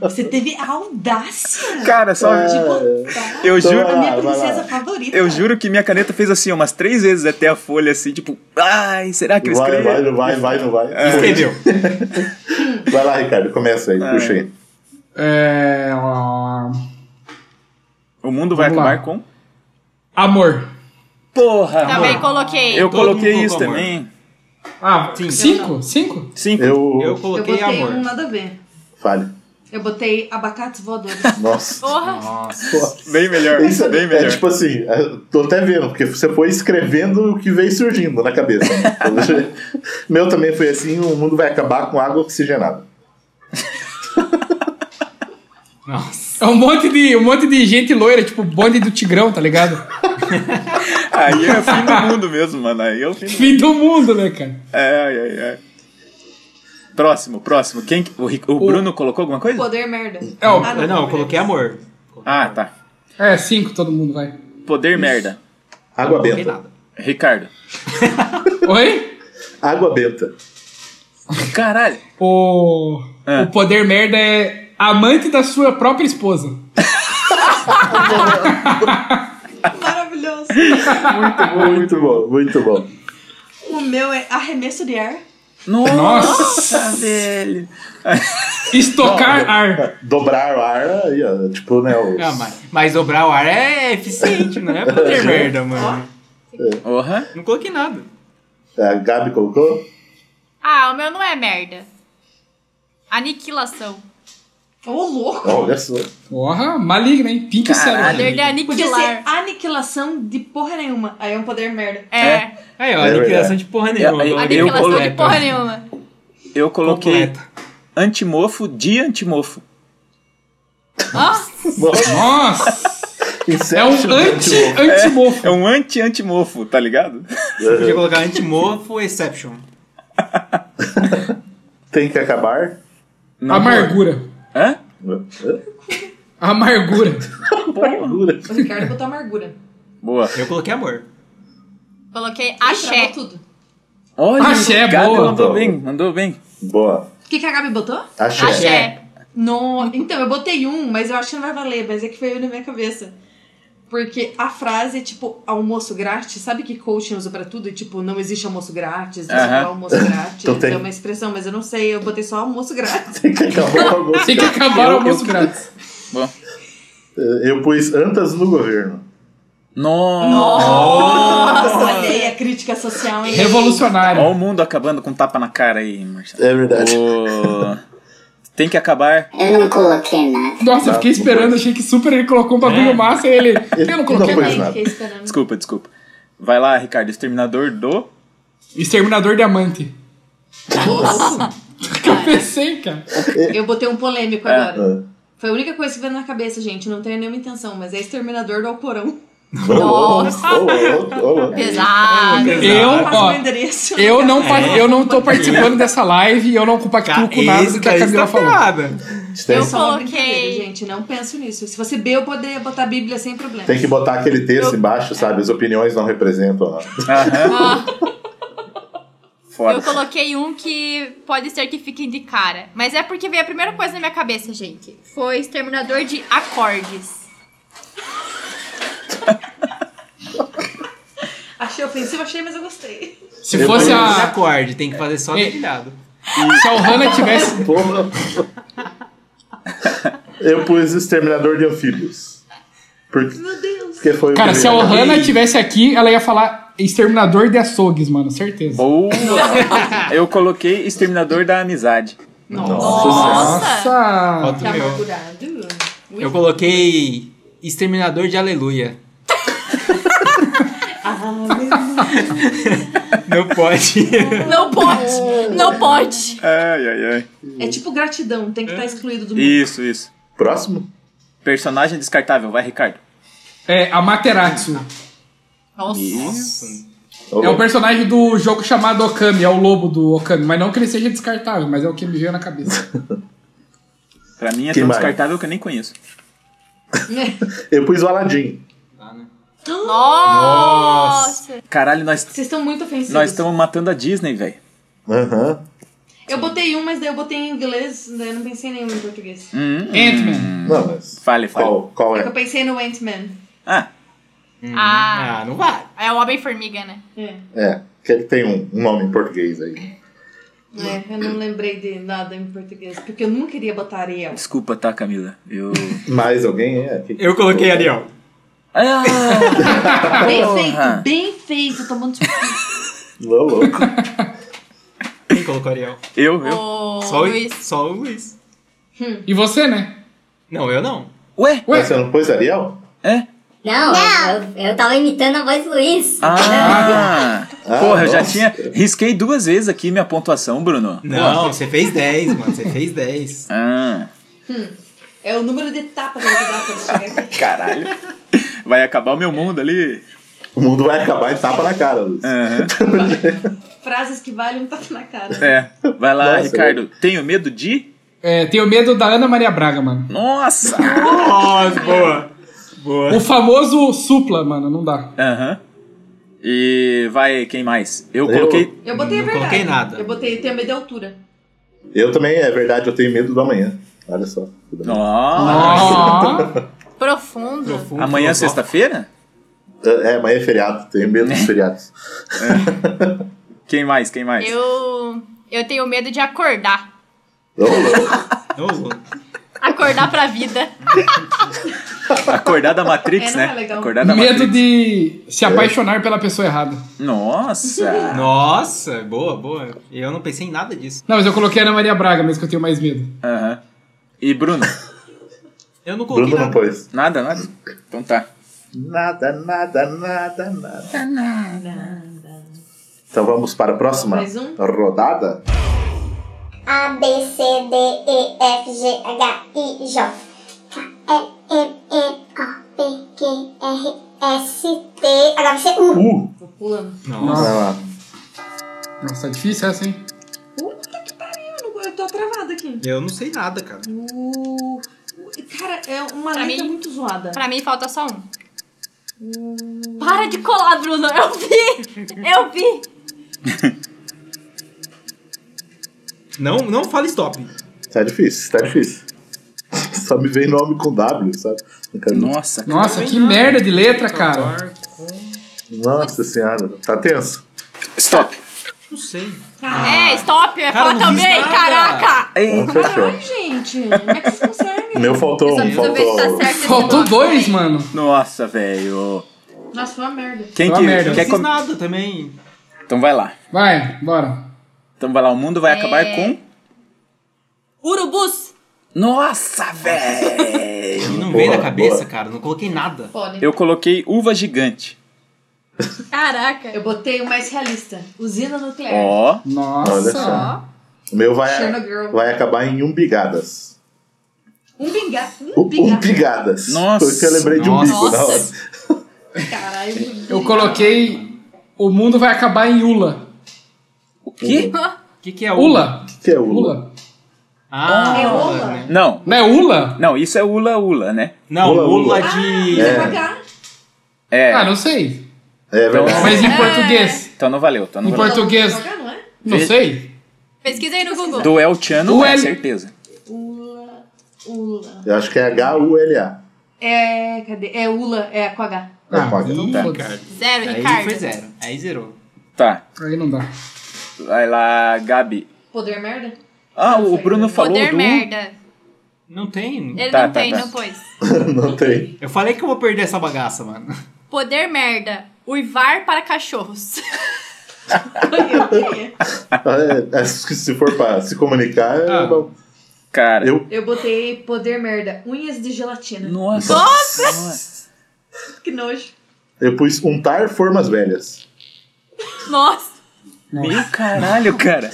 S5: Você teve a audácia.
S3: Cara, só-
S5: de
S3: É.
S5: botar
S3: Eu juro-
S5: A minha
S3: Vai lá, vai
S5: princesa
S3: lá.
S5: favorita.
S3: Eu juro que minha caneta fez assim umas três vezes até a folha, assim, tipo, ai, será que eu
S2: Vai,
S3: escrevi?
S2: vai, não vai, vai, não vai.
S3: É.
S2: Escreveu. Vai lá, Ricardo, começa aí,
S3: Ah,
S2: puxa
S3: é.
S2: aí.
S4: É. ó,
S3: O mundo vai
S4: Vamos lá.
S3: acabar com.
S4: Amor.
S3: Porra!
S7: também
S3: amor.
S7: coloquei.
S3: Eu coloquei
S4: mundo
S3: isso
S4: colocou amor.
S3: também.
S4: Ah, cinco? Cinco?
S3: Cinco.
S2: Eu,
S5: Eu botei um nada a ver.
S2: Fale.
S5: Eu botei abacates voadores.
S2: Nossa.
S7: Porra!
S3: Bem melhor,
S2: Isso
S3: bem
S2: É
S3: melhor.
S2: tipo assim, é, tô até vendo, porque você foi escrevendo o que veio surgindo na cabeça. Meu também foi assim, o mundo vai acabar com água oxigenada.
S4: É um monte, de, um monte de gente loira, tipo bonde do Tigrão, tá ligado?
S3: Aí é o fim do mundo mesmo, mano. Aí é o fim do É,
S4: Fim do mundo, né, cara?
S3: Ai, ai, ai. Próximo, próximo. Quem, que- o, Ric- o Bruno colocou alguma coisa?
S5: Poder merda.
S4: É, ó,
S5: Ah, não.
S8: Não, eu coloquei amor.
S3: Ah, tá.
S4: É, cinco todo mundo, vai.
S3: Poder merda.
S2: Água
S8: coloquei
S2: benta.
S8: nada.
S3: Ricardo.
S4: Oi?
S2: Água benta.
S3: Caralho.
S4: O, o poder merda é amante da sua própria esposa.
S5: Maravilhoso.
S2: Muito bom, muito bom, muito bom.
S5: O meu é arremesso de ar.
S4: Nossa,
S3: velho.
S4: Estocar ar.
S2: Dobrar o ar, aí, ó, tipo, né? Os...
S8: Ah, mas, mas dobrar o ar é eficiente, não é poder merda, mano.
S3: Porra.
S8: Não coloquei nada.
S2: é, A Gabi colocou?
S7: Ah, o meu não é merda. Aniquilação.
S5: Ô, louco.
S2: Olha só.
S4: Porra, maligna, hein? Pink
S3: Caralho.
S4: cérebro.
S7: Poder de
S5: Podia
S7: aniquilar.
S5: ser aniquilação de porra nenhuma. Aí é um poder merda.
S7: É.
S8: Aí, ó,
S2: É
S8: aniquilação
S2: verdade.
S8: de porra nenhuma.
S3: É,
S8: agora.
S3: aí- Eu
S7: Aniquilação
S3: coloquei-
S7: de porra nenhuma.
S3: Eu coloquei
S8: Completa.
S3: antimofo de antimofo.
S7: Ó,
S2: Nossa,
S4: Nossa! É um
S2: Inception,
S4: anti,
S2: gente,
S4: antimofo.
S3: É um anti-antimofo, tá ligado?
S8: Podia
S2: bom.
S8: colocar antimofo exception.
S2: Tem que acabar.
S3: Não,
S4: Amargura.
S3: pô. Hã?
S4: Amargura.
S3: Porra.
S2: Dura.
S5: O Ricardo botou amargura.
S3: Boa.
S8: Eu coloquei amor.
S7: coloquei
S5: Travou
S7: axé.
S5: tudo.
S3: Olha,
S4: Axé,
S3: o Gabi
S4: boa.
S3: mandou bem, mandou bem.
S2: Boa.
S5: O que, que a Gabi botou?
S2: Achei.
S7: Axé.
S5: No... Então, eu botei um, mas eu acho que não vai valer, mas é que veio na minha cabeça. Porque a frase, tipo, almoço grátis, sabe que coaching usa pra tudo? E, tipo, não existe almoço grátis, não sei
S3: Aham.
S5: lá, almoço grátis.
S2: Então tem-
S5: É uma expressão, mas eu não sei, eu botei só almoço grátis.
S2: Tem que acabar com a
S4: Tem que acabar
S3: Eu-
S4: o almoço
S3: eu-
S4: grátis.
S3: Bom.
S2: Eu pus antas no governo.
S3: Nossa.
S5: Nossa, olha aí a crítica social, hein?
S4: Revolucionário.
S3: Olha o mundo acabando com um tapa na cara aí, Marcelo.
S2: É verdade.
S3: Ô, Tem que acabar.
S6: Eu não coloquei nada.
S4: Nossa, eu fiquei esperando, achei que super ele colocou um
S3: É.
S4: bagulho massa e ele. Eu não
S2: Não
S4: coloquei
S2: foi
S4: nada.
S5: Também
S2: nada.
S5: fiquei esperando.
S3: Desculpa, desculpa. Vai lá, Ricardo, exterminador do.
S4: Exterminador de Amante.
S5: Nossa!
S4: Eu pensei, cara.
S5: Eu botei um polêmico
S4: É,
S5: agora. Foi a única coisa que veio na cabeça, gente. Não tenho nenhuma intenção, mas é Exterminador do Alcorão. Pesado.
S4: Eu, ó,
S5: Passa meu endereço.
S4: eu não, pa- eu não tô participando dessa live e eu não compactuo com nada do que a Camila falou.
S5: Eu
S2: Tem-
S5: só uma brincadeira, gente. Não penso nisso. Se fosse B, eu poderia botar a Bíblia sem problema.
S2: Tem que botar aquele texto embaixo, sabe? As opiniões não representam.
S7: Eu coloquei um que pode ser que fiquem de cara. Mas é porque veio a primeira coisa na minha cabeça, gente. Foi Exterminador de Acordes.
S5: Achei ofensivo, achei, mas eu gostei.
S4: Se fosse a-
S10: acorde, tem que fazer só
S4: Ei.
S10: dedilhado.
S4: Se a Ohana tivesse.
S2: Eu pus Exterminador de Anfíbios. Porque,
S5: Meu Deus.
S2: porque foi o
S4: Cara, é se a
S2: primeiro.
S4: Ohana tivesse aqui, ela ia falar Exterminador de Açougues, mano, certeza.
S3: Boa! Eu coloquei Exterminador da Amizade.
S4: Nossa!
S10: Outro
S5: Tá
S10: meu.
S5: amargurado.
S10: Eu coloquei Exterminador de Aleluia. Não pode.
S7: Não
S5: Oh.
S7: pode! Não pode!
S3: Ai, ai, ai.
S5: É tipo gratidão, tem que estar excluído do mundo.
S3: Isso, isso.
S2: Próximo?
S3: Personagem descartável, vai, Ricardo.
S4: É, a Materatsu.
S7: Nossa.
S4: É o personagem do jogo chamado Okami, é o lobo do Okami. Mas não que ele seja descartável, mas é o que me veio na cabeça.
S3: Pra mim é
S2: Quem
S3: tão
S2: mais?
S3: descartável que eu nem conheço.
S5: né?
S2: Eu pus o Aladdin.
S7: Nossa!
S3: Caralho, nós
S5: Vocês estão muito ofensivos.
S3: nós estamos matando a Disney, velho.
S2: Aham.
S5: Eu botei um, mas daí eu botei em inglês, daí eu não pensei em nenhum em português.
S3: Hum.
S4: Ant-Man.
S2: Não, mas.
S3: Fale, fale.
S2: Qual, qual
S5: É que eu
S2: é?
S5: pensei no Ant-Man.
S3: Ah,
S7: Ah,
S10: não vai.
S7: é o Homem-Formiga, né?
S5: É.
S2: É, que ele tem um, um nome em português aí.
S5: É, eu não lembrei de nada em português, porque eu não queria botar Ariel.
S3: desculpa, tá, Camila? Eu.
S2: Mais alguém é? Que-
S10: Eu coloquei Ariel.
S3: Ah,
S5: Bem
S3: porra.
S5: feito, bem feito, tomando seu cu.
S2: Ô, louco.
S10: Quem colocou Ariel?
S3: Eu, eu.
S7: O
S10: Só,
S7: Luiz.
S10: O, só o Luiz.
S4: E você, né?
S10: Não, eu não.
S3: Ué?
S2: Mas você não pôs Ariel?
S3: É?
S6: Não, Eu, eu tava imitando a voz do Luiz.
S3: Ah!
S2: Ah,
S3: Porra, eu já
S2: nossa.
S3: tinha. Risquei duas vezes aqui minha pontuação, Bruno.
S10: Não, você fez 10, mano. Você fez 10.
S3: Ah,
S5: É o número de tapas que eu vou dar pra você chegar aqui.
S3: caralho. Vai acabar o meu mundo ali.
S2: O mundo vai acabar e tapa na cara, Luiz.
S3: Aham.
S5: Frases que valem um tapa na cara.
S3: É. Vai lá,
S2: Nossa,
S3: Ricardo. Tenho medo de.
S4: É, tenho medo da Ana Maria Braga, mano.
S3: Nossa!
S10: Nossa, boa. Boa.
S4: O famoso supla, mano, não dá.
S3: Aham. E vai, quem mais? Eu
S2: Eu.
S3: coloquei.
S5: Eu botei a
S10: Não
S5: verdade.
S10: coloquei nada.
S5: Eu botei tenho medo de altura.
S2: Eu também, é verdade, eu tenho medo do amanhã. Olha só.
S3: Nossa!
S4: Ó.
S7: Profundo.
S10: Profundo, filosófico.
S3: Amanhã, sexta-feira?
S2: É, amanhã é feriado, tenho medo dos feriados.
S3: Quem mais? Quem mais?
S7: Eu. Eu tenho medo de acordar.
S2: Ô, louco.
S10: Ô, louco.
S7: Acordar pra vida.
S3: Acordar da Matrix,
S5: É, não
S3: né?
S5: é legal.
S3: Acordar da
S4: medo
S3: Matrix.
S4: de se apaixonar pela pessoa errada.
S3: Nossa!
S10: Nossa, boa, boa. Eu não pensei em nada disso.
S4: Não, mas eu coloquei a Ana Maria Braga, mesmo que eu tenho mais medo.
S3: Aham. E Bruno?
S10: Eu não coloquei
S2: Bruno não
S10: nada.
S2: pôs.
S3: Nada, nada? Então tá.
S2: Nada, nada, nada,
S5: Tá
S2: nada. Então vamos para a próxima
S5: Mais um?
S2: rodada?
S9: A, B, C, D, E, F, G, H, I, J, K, L, M, N, O, P, Q, R, S, T, agora vai ser U.
S2: Uh!
S5: Tô pulando.
S10: Nossa.
S2: Vai
S4: Nossa,
S2: lá.
S4: nossa, tá difícil essa, hein?
S5: Puta que pariu, eu não- eu tô travada aqui.
S10: Eu não sei nada, cara.
S5: Uh, cara, é uma
S7: Pra
S5: letra
S7: mim-
S5: muito zoada.
S7: Pra mim falta só um. Para de colar, Bruno. Eu vi! Eu vi!
S10: Não, não fala stop.
S2: Tá difícil, tá difícil. Só me vem nome com W, sabe? Não quero-
S3: Nossa, cara.
S4: Nossa, que merda de letra, cara.
S2: Nossa senhora, tá tenso?
S3: Stop!
S10: Não sei.
S7: É, stop! É
S10: Cara,
S7: fala
S10: não fiz
S7: também!
S10: nada.
S7: Caraca!
S2: Então
S5: Ai,
S2: fechou.
S5: gente, como é que vocês conseguem?
S2: O meu faltou um, faltou.
S7: tá esse
S4: Faltou
S7: nome.
S4: dois, mano.
S3: Nossa, velho.
S5: Nossa, foi uma merda.
S3: Quem
S4: Uma
S3: que
S4: merda.
S10: Não
S3: quer
S10: fiz
S3: com...
S10: nada também.
S3: Então vai lá.
S4: Vai, bora.
S3: Então vai lá, o mundo
S7: É.
S3: vai acabar com.
S7: Urubus!
S3: Nossa, velho!
S10: Não
S2: Boa,
S10: veio na cabeça,
S2: boa.
S10: cara. Não coloquei nada.
S5: Podem.
S3: Eu coloquei uva gigante.
S5: Caraca. Eu botei o mais realista. Usina nuclear.
S2: Ó.
S4: Nossa.
S2: Olha só. O meu vai,
S5: Chernobyl.
S2: vai acabar em umbigadas.
S5: Um bingá. Um bingá.
S2: Umbigadas.
S3: Nossa.
S2: Porque eu lembrei de um
S4: Nossa.
S2: umbigo na hora.
S5: Caralho. um
S4: Eu coloquei. O mundo vai acabar em Ula.
S3: O quê?
S10: O que, que é
S4: Ula?
S2: O que é Ula?
S4: Ula.
S10: Ah,
S5: É
S10: Ula,
S5: Ula.
S10: né?
S3: Não,
S4: Não é Ula?
S3: não, isso é Ula Ula, né?
S10: Não,
S2: Ula,
S10: Ula,
S2: Ula.
S10: de.
S5: É. H.
S3: É,
S4: Ah, não sei.
S2: É
S10: Então
S2: verdade.
S4: Mas em português.
S3: então não valeu, então não
S4: Em
S3: valeu.
S4: Português.
S5: H, não é?
S4: Não
S3: Ve-
S4: sei.
S7: Pesquisa aí no Google.
S3: Do El Chano,
S4: O
S3: é
S4: El-
S3: certeza.
S5: Ula. Ula.
S2: Eu acho que é H-U-L-A.
S5: É. Cadê? É Ula. É com H.
S2: Não, pode.
S4: então
S3: Tá.
S4: foda-se.
S7: Zero,
S10: Aí
S7: Ricardo.
S10: foi zero. Aí zerou.
S3: Tá,
S4: Aí não dá.
S3: vai lá, Gabi.
S5: Poder merda?
S3: Ah, o Bruno falou
S7: Poder
S3: do...
S7: merda.
S10: Não tem.
S7: Ele
S3: Tá,
S7: não
S3: tá,
S7: tem,
S3: tá.
S7: não pôs.
S2: Não tem.
S10: Eu falei que eu vou perder essa bagaça, mano.
S7: Poder merda. Uivar para cachorros.
S2: É, é, se for pra se comunicar, é
S10: Ah.
S2: bom.
S3: Cara,
S2: eu.
S5: Eu botei poder merda. Unhas de gelatina.
S3: Nossa!
S5: Que nojo.
S2: Eu pus untar formas velhas.
S7: Nossa.
S3: Meu caralho, cara!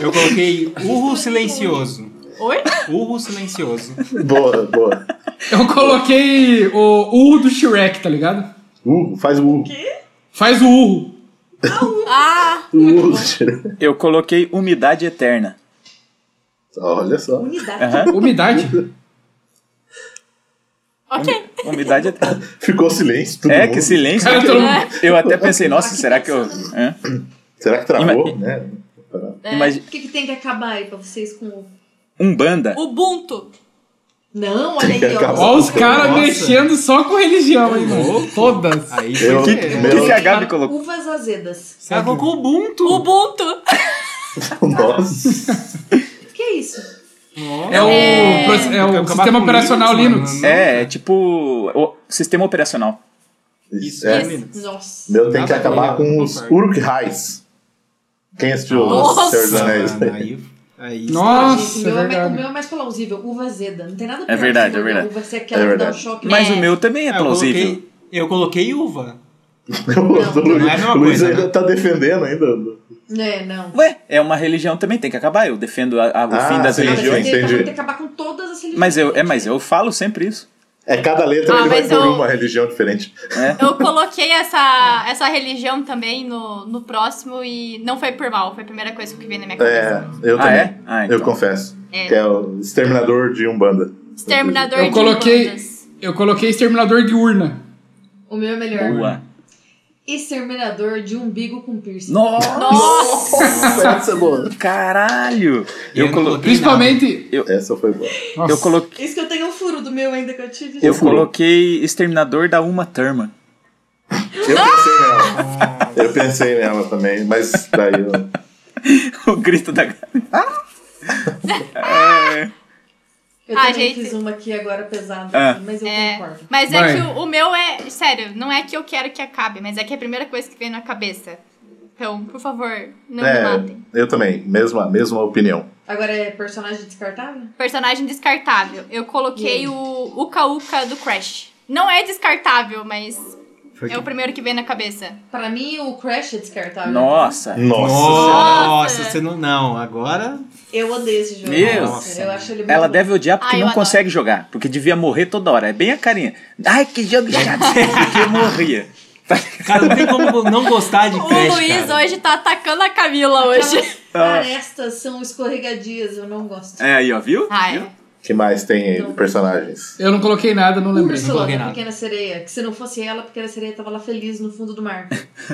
S10: Eu coloquei urro silencioso.
S7: Oi?
S10: Urro silencioso.
S2: Boa, boa.
S4: Eu coloquei o urro do Shrek, tá ligado?
S2: Uh, faz o uh.
S4: Faz o urro.
S7: Ah,
S2: Uh,
S3: Eu coloquei umidade eterna.
S2: Olha só.
S5: Unidade.
S3: Aham.
S4: Umidade.
S7: ok.
S3: Umidade eterna.
S2: Ficou silêncio. Todo
S3: É,
S2: mundo.
S3: que silêncio.
S4: Cara, todo
S7: É.
S4: mundo.
S3: Eu até pensei, nossa, será que eu... Hã?
S2: Será que travou,
S3: Ima-
S2: né?
S7: É.
S3: Imagi-
S5: O que, que tem que acabar aí pra vocês com o.
S3: Umbanda.
S7: Ubuntu.
S5: Não, olha
S2: Tem que
S5: aí,
S2: acabar.
S5: ó.
S4: Ó, os caras
S10: Nossa.
S4: mexendo só com religião, hein, mano? Todas. É
S10: Aí
S2: Eu-
S10: foi. zero.
S3: O
S2: meu-
S3: que, que a Gabi colocou?
S5: Uvas azedas.
S10: Ela colocou Ubuntu.
S7: Ubuntu.
S2: Nossa.
S5: O que é isso?
S4: É o,
S7: É.
S4: pro- é o
S10: Acabar
S4: sistema
S10: com
S4: operacional Linux.
S10: mano.
S3: É, é tipo... o sistema operacional.
S2: Isso,
S10: É.
S2: é.
S5: Nossa.
S2: Meu tem que
S10: Nada
S2: acabar
S10: a ver,
S2: com
S10: não
S2: os
S10: concordo.
S2: Uruk-hais. Quem assistiu
S7: Nossa.
S2: Senhor dos Anéis?
S10: Mano, aí, aí
S4: Nossa,
S5: Gente, o,
S4: é
S5: meu é mais, o
S4: verdade.
S5: meu é mais plausível, uva azeda. Não tem nada
S3: É verdade, é
S5: uva,
S3: verdade.
S5: Uva ser aquela
S2: É
S5: que dá um
S2: verdade.
S5: choque.
S3: Mas
S7: É.
S3: o meu também é
S10: Ah, eu
S3: plausível.
S10: coloquei- Eu coloquei uva.
S2: o Luiz,
S10: é a mesma
S2: Luiz
S10: coisa,
S2: ainda
S10: né?
S2: tá defendendo ainda.
S5: É, não.
S3: Ué, é uma religião também, tem que acabar. Eu defendo a- a- o
S2: Ah,
S3: fim das
S2: sim,
S5: Não, mas
S3: religiões.
S5: Tem,
S2: entendi.
S5: então, tem que acabar com todas as religiões.
S3: Mas eu, é, mas eu falo sempre isso.
S2: É cada letra
S7: Ah,
S2: ele vai
S7: mas
S2: por
S7: eu-
S2: uma religião diferente.
S3: né?
S7: Eu coloquei essa, essa religião também no, no próximo e não foi por mal. Foi a primeira coisa que veio na
S2: É,
S7: minha cabeça.
S2: eu
S3: Ah,
S2: também.
S3: é? Ah, então.
S2: Eu confesso.
S7: É.
S2: Que é o Exterminador de Umbanda.
S7: Exterminador
S4: Eu
S7: de
S4: coloquei-
S7: bandas.
S4: Eu coloquei exterminador de urna.
S5: O meu é melhor.
S3: Boa.
S5: Exterminador de umbigo com piercing.
S3: Nossa,
S7: Nossa.
S2: Essa, é boa.
S3: caralho!
S10: Eu
S3: Eu,
S10: não
S3: colo-
S10: coloquei.
S4: Principalmente.
S2: Essa foi boa.
S4: Nossa.
S3: eu coloquei.
S5: Isso que eu tenho um furo do meu ainda que eu tive.
S3: Eu coloquei Exterminador da Uma Thurman.
S2: Eu pensei nela. Eu pensei nela também, mas daí eu...
S3: o grito da Gabi. É,
S5: Eu
S7: Ah,
S5: também
S7: gente.
S5: fiz uma aqui agora pesada,
S3: Ah.
S5: assim, mas eu
S7: É,
S5: concordo.
S7: mas
S4: Vai.
S7: é que o, o meu é. Sério, não é que eu quero que acabe, mas é que é a primeira coisa que veio na cabeça. Então, por favor, não me
S2: É,
S7: matem.
S2: eu também. Mesma, mesma opinião.
S5: Agora é personagem descartável?
S7: Personagem descartável. Eu coloquei
S5: Yeah.
S7: o Uka Uka do Crash. Não é descartável, mas
S10: Foi
S7: é o
S10: que-
S7: primeiro que veio na cabeça.
S5: Pra mim, o Crash é descartável.
S3: Nossa!
S2: Nossa.
S10: Nossa,
S7: Nossa.
S10: você não. Não, agora.
S5: Eu odeio esse jogo.
S3: Meu.
S5: Nossa, eu acho ele muito
S3: Ela
S5: bom.
S3: deve odiar porque
S7: Ai, Ah, eu
S3: não
S7: adoro.
S3: consegue jogar, porque devia morrer toda hora. É bem a carinha. Ai, que jogo chato! porque morria.
S10: Cara, não tem como não gostar de
S7: O
S10: Crash,
S7: Luiz
S10: cara.
S7: hoje tá atacando a Camila hoje.
S5: Aquelas arestas são escorregadias, eu não gosto.
S3: Ah. É aí, ó, viu? Viu?
S7: Ai,
S2: que mais tem aí de personagens?
S4: Eu não coloquei nada, não lembrei.
S5: Úrsula
S10: coloquei
S5: da
S10: nada.
S5: Pequena Sereia, que se não fosse ela, a Pequena Sereia tava lá feliz no fundo do mar.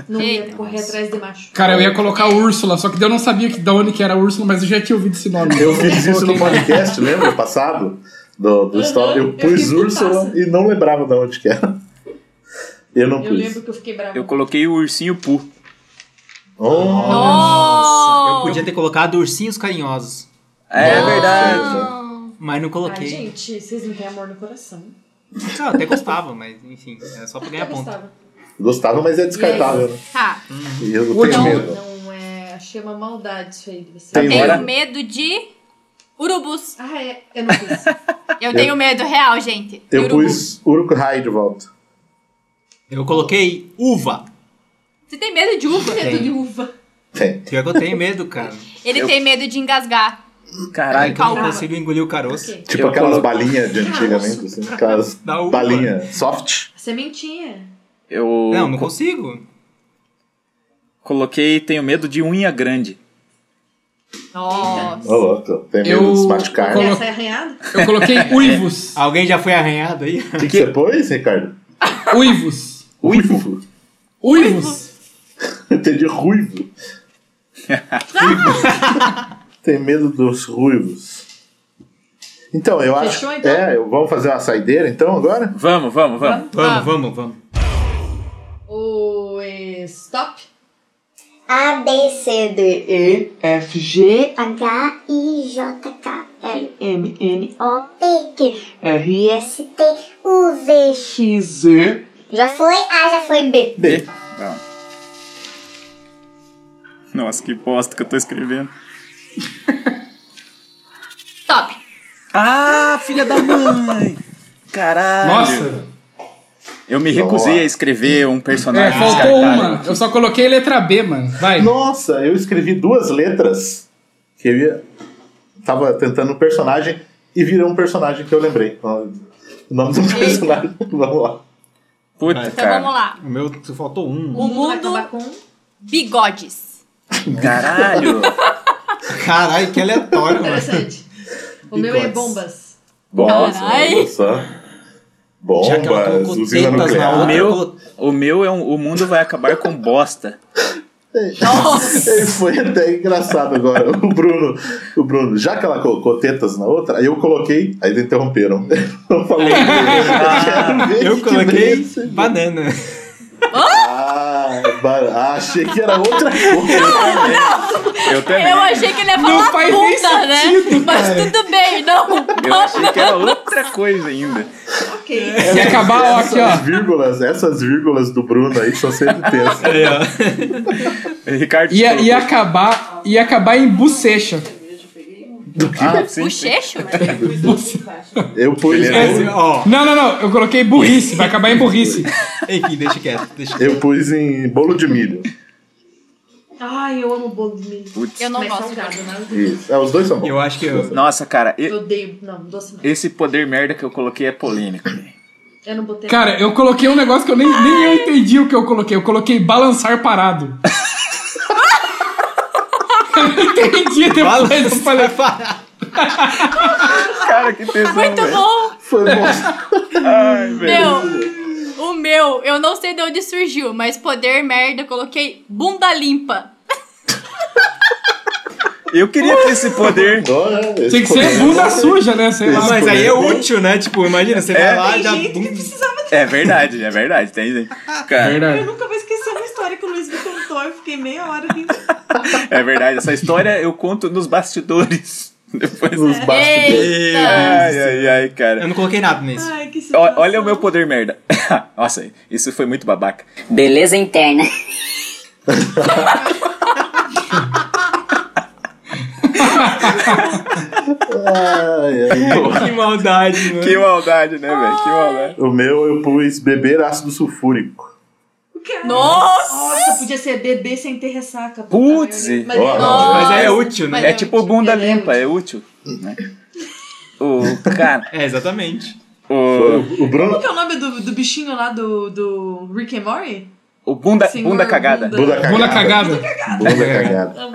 S5: Não
S7: Ei,
S5: ia correr atrás de macho.
S4: Cara, eu ia colocar Úrsula, só que daí eu não sabia que, de onde que era Úrsula, mas eu já tinha ouvido esse nome.
S2: Eu fiz isso no
S4: Coloquei-
S2: podcast, lembra? Passado? Do, do
S5: Uhum,
S2: story. Eu
S5: eu
S2: pus
S5: fiquei
S2: Úrsula
S5: putaça.
S2: e não lembrava de onde que era. Eu não
S5: Eu
S2: pus.
S5: lembro que eu fiquei brava.
S3: Eu coloquei o ursinho Pooh.
S2: Oh,
S10: Nossa, eu
S7: Oh.
S10: podia ter colocado ursinhos carinhosos,
S3: É
S2: Nossa.
S3: verdade.
S10: mas não
S5: Ah,
S10: coloquei.
S5: gente, vocês não têm amor no coração.
S10: Não, até gostava, mas enfim, era só pra
S5: Eu
S10: ganhar ponto.
S5: gostava.
S2: Gostava, mas é descartável. né?
S7: tá.
S2: E Eu
S4: Último.
S2: tenho
S5: Não,
S2: medo.
S5: não é. Achei uma maldade isso aí de você. é?
S2: Tem
S7: Tenho
S2: Bora.
S7: medo de urubus.
S5: Ah, é. Eu não fiz.
S7: Eu tenho medo real, gente. de
S2: Eu
S7: urubus.
S2: pus Urukai de volta.
S10: Eu coloquei uva.
S7: Você tem medo de uva?
S10: Tenho.
S7: de uva.
S10: Pior é que eu tenho medo, cara.
S7: Ele tem medo de engasgar.
S10: Caralho, que eu não
S7: Calma.
S10: consigo engolir o caroço.
S2: Tipo aquelas balinhas de antigamente, assim, aquelas balinhas soft.
S5: Sementinha.
S3: Eu
S10: Não, não consigo.
S3: Coloquei tenho medo de unha grande.
S5: Nossa.
S2: Ô, louco, tem medo
S3: Eu-
S2: de bate carne.
S5: Essa é arranhada?
S4: Eu coloquei uivos.
S10: Alguém já foi arranhado aí?
S2: O que, que você pôs, Ricardo?
S4: Uivos.
S2: Uivo.
S4: Uivos.
S2: Entendi, ruivo. Tem medo dos ruivos. Então, eu acho.
S10: Fechou, então?
S2: É, eu- vamos fazer uma saideira então agora?
S3: Vamos, vamos,
S5: vamos.
S10: Vamos, vamos, vamos.
S5: O eh, stop.
S9: A, B, C, D, E, F, G, H, I, J, K, L, M, N, O, P, Q, R, S, T, U, V, X, Z. Já foi A, já foi B.
S2: B.
S3: Nossa, que bosta que eu tô escrevendo.
S7: Top.
S3: Ah, filha da mãe! Caralho!
S4: Nossa.
S3: Eu me recusei a escrever um
S4: É,
S3: personagem.
S4: faltou
S3: descartável.
S4: uma. Eu só coloquei letra B, mano. Vai.
S2: Nossa, eu escrevi duas letras que eu ia... tava tentando um personagem e virou um personagem que eu lembrei. O nome do personagem. Vamos lá.
S3: Puta,
S7: Então vamos lá.
S10: O meu, tu faltou um.
S7: O mundo
S5: um.
S7: bigodes.
S3: Caralho!
S10: Caralho, que aleatório, mano.
S5: Interessante. O meu é
S10: Bigodes.
S5: bombas.
S2: Nossa,
S5: Carai.
S2: olha só.
S3: Já que ela
S2: Bombas,
S3: colocou
S2: usina
S3: tetas
S10: É.
S3: na
S2: nuclear.
S3: O meu, o meu é um, o mundo vai acabar com bosta.
S2: Ele foi até engraçado agora. O Bruno, o Bruno, já que ela colocou tetas na outra, aí eu coloquei, aí interromperam. Eu falei,
S10: Ah, Eu coloquei banana.
S2: Ah, ba- achei que era outra coisa.
S3: Eu
S7: Eu achei que ele ia falar
S10: faz nem
S7: puta, né? Mas tudo bem, não.
S3: Eu achei que era outra coisa ainda.
S5: Ok.
S4: Se acabar, ó, aqui, ó.
S2: Essas vírgulas, essas vírgulas do Bruno aí são sempre tensas.
S3: Ricardo,
S4: Ia, ia acabar, ia acabar em bocecha.
S3: Ah, sim, sim.
S7: Bochecho?
S2: Eu pus.
S10: Beleza, ó.
S4: Não, não, não. Eu coloquei burrice. Vai acabar em burrice.
S10: Enfim, deixa quieto. Deixa quieto.
S2: Eu pus em bolo de milho.
S5: Ai, eu amo bolo de milho.
S3: Putz.
S7: Eu não
S5: Mas
S7: gosto de
S5: salgado, né?
S2: Isso. É, os dois são bons.
S10: Eu acho que eu.
S3: Nossa, cara, e-
S5: Eu odeio. Não, doce não.
S3: esse poder merda que eu coloquei é polêmico. velho.
S5: Eu não botei.
S4: Cara, eu coloquei um negócio que eu nem, nem eu entendi o que eu coloquei. Eu coloquei balançar parado. eu não entendi depois. Eu falei,
S3: Cara, que tesão,
S7: Tá Muito
S3: velho.
S7: bom.
S2: Foi bom.
S3: Ai, velho.
S7: Meu, o meu, eu não sei de onde surgiu, mas poder merda, eu coloquei bunda limpa.
S3: Eu queria ter esse poder.
S2: Olha, esse
S4: Tem que ser
S2: poder.
S4: bunda suja, né? Sei lá.
S10: Mas aí é útil, né? Tipo, imagina, você vai lá e já.
S3: É verdade, é verdade. Tem, tem. Cara,
S4: Verdade.
S5: nunca vou esquecer uma história que o Luiz me contou. Eu fiquei meia hora rindo.
S3: é verdade. Essa história eu conto nos bastidores. Depois.
S2: Nos bastidores.
S7: Eita!
S3: Ai, ai, ai, cara.
S10: Eu não coloquei nada nesse.
S5: Ai, que
S3: Ó- Olha o meu poder merda. Nossa, isso foi muito babaca.
S6: Beleza interna.
S2: Ai, ai, boa.
S10: Que maldade, mano.
S3: Que maldade, né, velho? Que maldade.
S2: O meu eu pus beber ácido sulfúrico.
S7: Nossa!
S5: Nossa, podia ser bebê sem ter ressaca. puta
S3: Putz,
S5: merda.
S2: ó,
S5: é-
S2: ó.
S10: Mas aí é útil,
S7: Mas
S10: né?
S3: É tipo bunda limpa, é útil. Né? O cara,
S10: É, exatamente.
S3: o,
S2: O, o Bruno.
S5: Como que é o nome do, do bichinho lá do, do Rick and Morty?
S3: o bunda,
S5: Senhor
S3: bunda cagada.
S5: bunda.
S2: Bunda cagada.
S4: Bunda cagada.
S2: Bunda cagada.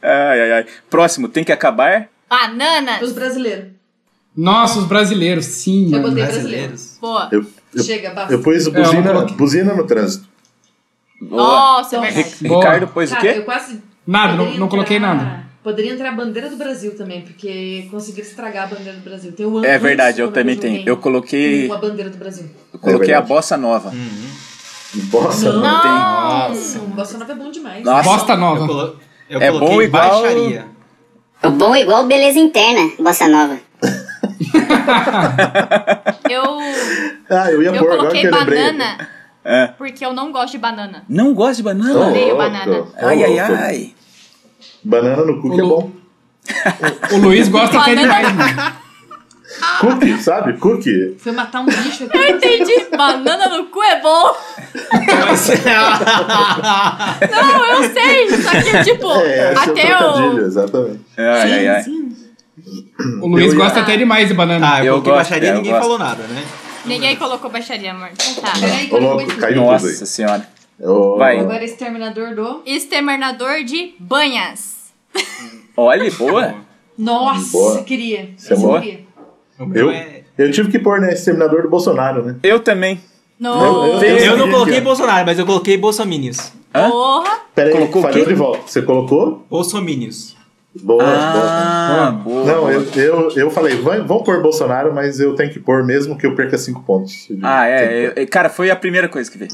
S3: Ai, ai, ai. Próximo, tem que acabar.
S7: Bananas.
S5: Os brasileiros.
S4: Nossa, os brasileiros, sim.
S5: Eu
S4: mano.
S5: botei brasileiro.
S10: Brasileiros.
S7: Boa.
S2: Eu, eu,
S5: Chega, basta.
S2: eu pus
S4: É, eu
S2: buzina,
S4: coloquei.
S2: buzina no trânsito.
S3: Boa.
S7: Nossa,
S2: Então,
S7: é verdade.
S3: Ri-
S4: Boa.
S3: Ricardo pôs o
S5: Cara,
S3: quê?
S5: eu quase.
S4: Nada, não,
S5: poderia
S4: não coloquei
S5: entrar-
S4: nada.
S5: Poderia entrar a bandeira do Brasil também, porque conseguiram estragar a bandeira do Brasil. Tem um
S3: É verdade, eu também tenho. Eu coloquei,
S5: Uma bandeira do Brasil.
S3: eu coloquei
S2: É
S3: a
S2: verdade.
S3: bossa nova.
S2: Bossa.
S5: Não.
S3: Tem-
S5: Nossa, o Bolsonaro é bom demais.
S3: Nossa,
S4: Bosta
S10: Eu,
S4: nova.
S10: colo... eu
S3: É
S10: coloquei
S3: bom igual-
S10: baixaria.
S6: O bom é igual beleza interna, bossa nova.
S7: Eu,
S2: Ah, eu ia
S7: eu
S2: pôr agora que
S7: coloquei
S2: eu lembrei.
S7: banana
S3: É.
S7: porque eu não gosto de banana.
S3: Não gosto de
S2: Ô,
S3: banana?
S7: Odeio
S2: louco,
S7: banana.
S2: ô,
S3: Ai, ai,
S2: louco.
S3: ai.
S2: Banana no cu que é bom.
S4: O Luiz gosta até
S5: né?
S7: Banana
S4: demais. mano.
S2: Cookie, sabe? Cookie.
S5: Fui matar um bicho aqui.
S7: Eu entendi. Banana no cu é bom. Não, eu sei. Só que, tipo,
S2: É, esse é o
S7: até
S2: trocadilho,
S7: o.
S2: exatamente.
S3: Ai, ai, ai.
S4: O Luiz
S3: Eu ia- Tá.
S4: gosta até demais de banana.
S10: Ah, eu,
S3: Eu
S10: eu
S3: gosto,
S10: baixaria
S3: eu
S10: ninguém
S3: gosto.
S10: falou nada, né?
S7: Ninguém colocou baixaria, amor. Então tá.
S5: Peraí, que
S2: Ô,
S5: eu não
S2: louco,
S5: aguento.
S2: caiu tudo aí. É
S3: Nossa senhora.
S2: Ô,
S3: Vai.
S5: Agora exterminador do.
S7: Exterminador de banhas.
S3: Olha,
S10: Tá
S3: boa.
S5: Nossa,
S2: Boa.
S5: queria.
S2: Você é
S5: Esse
S2: boa?
S5: queria.
S10: O
S2: Eu,
S10: meu é-
S2: eu tive que pôr, né, exterminador do Bolsonaro, né?
S3: Eu também.
S7: No.
S2: Eu-
S10: Eu não coloquei
S2: eu-
S10: Bolsonaro, mas eu coloquei Bolsominions.
S3: Hã?
S7: Porra.
S2: Pera aí,
S3: Colocou o
S2: falhou
S3: quê?
S2: de volta. Você colocou?
S10: Bolsominions.
S2: Boa, boa.
S3: Ah, boa,
S2: Não,
S3: boa.
S2: eu, eu, eu falei, vai- vão pôr Bolsonaro, mas eu tenho que pôr mesmo que eu perca cinco pontos.
S3: Ah, é. eu- eu- Cara, foi a primeira coisa que veio.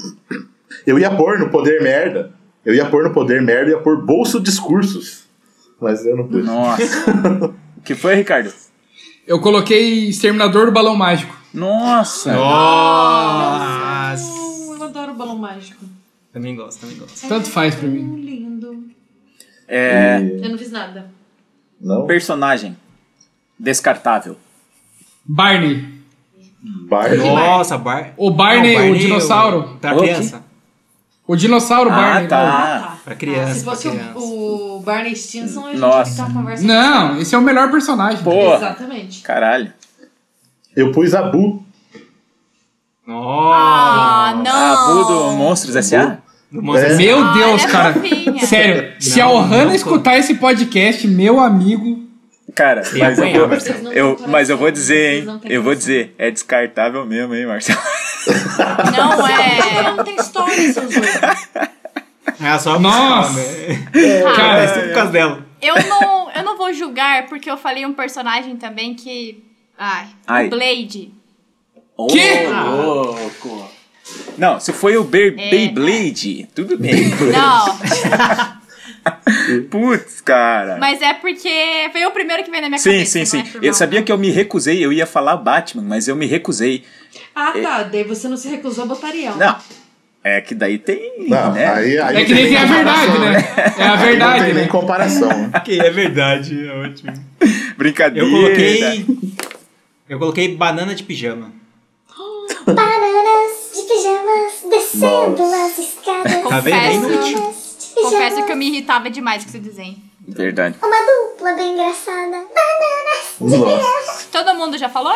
S2: Eu ia pôr no poder merda. Eu ia pôr no poder merda, eu ia pôr bolso discursos. Mas eu não pus.
S3: Nossa. O que foi, Ricardo?
S4: Eu coloquei exterminador do balão mágico.
S3: Nossa.
S10: Nossa!
S5: Hum, Eu adoro balão mágico.
S10: Também gosto, também gosto.
S4: Tanto faz pra mim.
S5: Tão lindo.
S3: É,
S5: Eu não fiz nada.
S2: Não?
S3: personagem. Descartável.
S4: Barney.
S2: Bar.
S10: Nossa, Bar.
S4: O Barney, o dinossauro.
S10: Pra
S3: O quê?
S10: criança.
S4: O dinossauro Barney. né?
S3: Ah,
S5: né?
S3: tá.
S10: Pra criança.
S5: Se fosse
S10: pra criança.
S5: o, o Barney Stinson, a gente
S3: Nossa.
S5: ia ter uma conversa.
S4: Não, esse é o melhor personagem.
S3: Pô,
S5: Exatamente.
S3: caralho.
S2: Eu pus Abu.
S10: Nossa!
S7: Ah, não.
S3: Abu
S5: Oh.
S3: do Monstros S.A.?
S10: No Monstro
S2: É.
S4: Meu
S7: Olha,
S4: Deus, cara.
S7: fofinha.
S4: Sério, se a
S10: Não,
S4: Ohana
S10: não,
S4: escutar esse podcast, meu amigo.
S3: Cara,
S10: E
S3: mas eu,
S10: apanhar,
S3: vou,
S10: Marcelo.
S5: Vocês não
S3: eu-
S5: têm
S3: mas eu vou
S5: coração,
S3: dizer,
S5: vocês
S3: hein?
S5: não têm
S3: Eu vou
S5: coração.
S3: dizer, é descartável mesmo, hein, Marcelo?
S7: Não é.
S5: Não tem história, seus dois.
S10: É só né?
S4: Nossa.
S7: Ah,
S10: Cara,
S4: Cara,
S10: é tudo por causa dela.
S7: Eu não, eu não vou julgar, porque eu falei um personagem também que. Ai,
S3: Ai.
S7: o Blade.
S3: Ô,
S4: Quê?
S3: louco. Não, se foi o Bey-
S5: É.
S3: Beyblade, tudo bem.
S7: Não,
S3: Putz, cara.
S7: mas é porque foi o primeiro que veio na minha
S3: Sim,
S7: cabeça.
S3: sim,
S7: não
S3: sim.
S7: é por
S3: Eu
S7: mal.
S3: sabia que eu me recusei, eu ia falar Batman, mas eu me recusei.
S5: Ah, tá. Daí você não se recusou a botarião.
S3: Não. É que daí tem,
S2: Não,
S3: né?
S2: aí, aí
S4: é
S2: não
S4: que nem tem a verdade,
S2: comparação,
S4: né? É a
S2: Não
S4: verdade,
S2: tem nem
S4: né?
S2: comparação.
S10: Ok, é verdade, é ótimo.
S3: Brincadeira.
S10: Eu coloquei. né? Eu coloquei banana de pijama.
S9: Bananas de pijamas descendo
S2: Nossa.
S9: as escadas.
S10: Tá vendo? É inútil.
S9: Bananas de
S7: Confesso
S9: pijamas.
S7: que eu me irritava demais com esse desenho.
S3: Verdade.
S9: Uma dupla bem engraçada. Bananas de
S2: Nossa.
S7: Todo mundo já falou?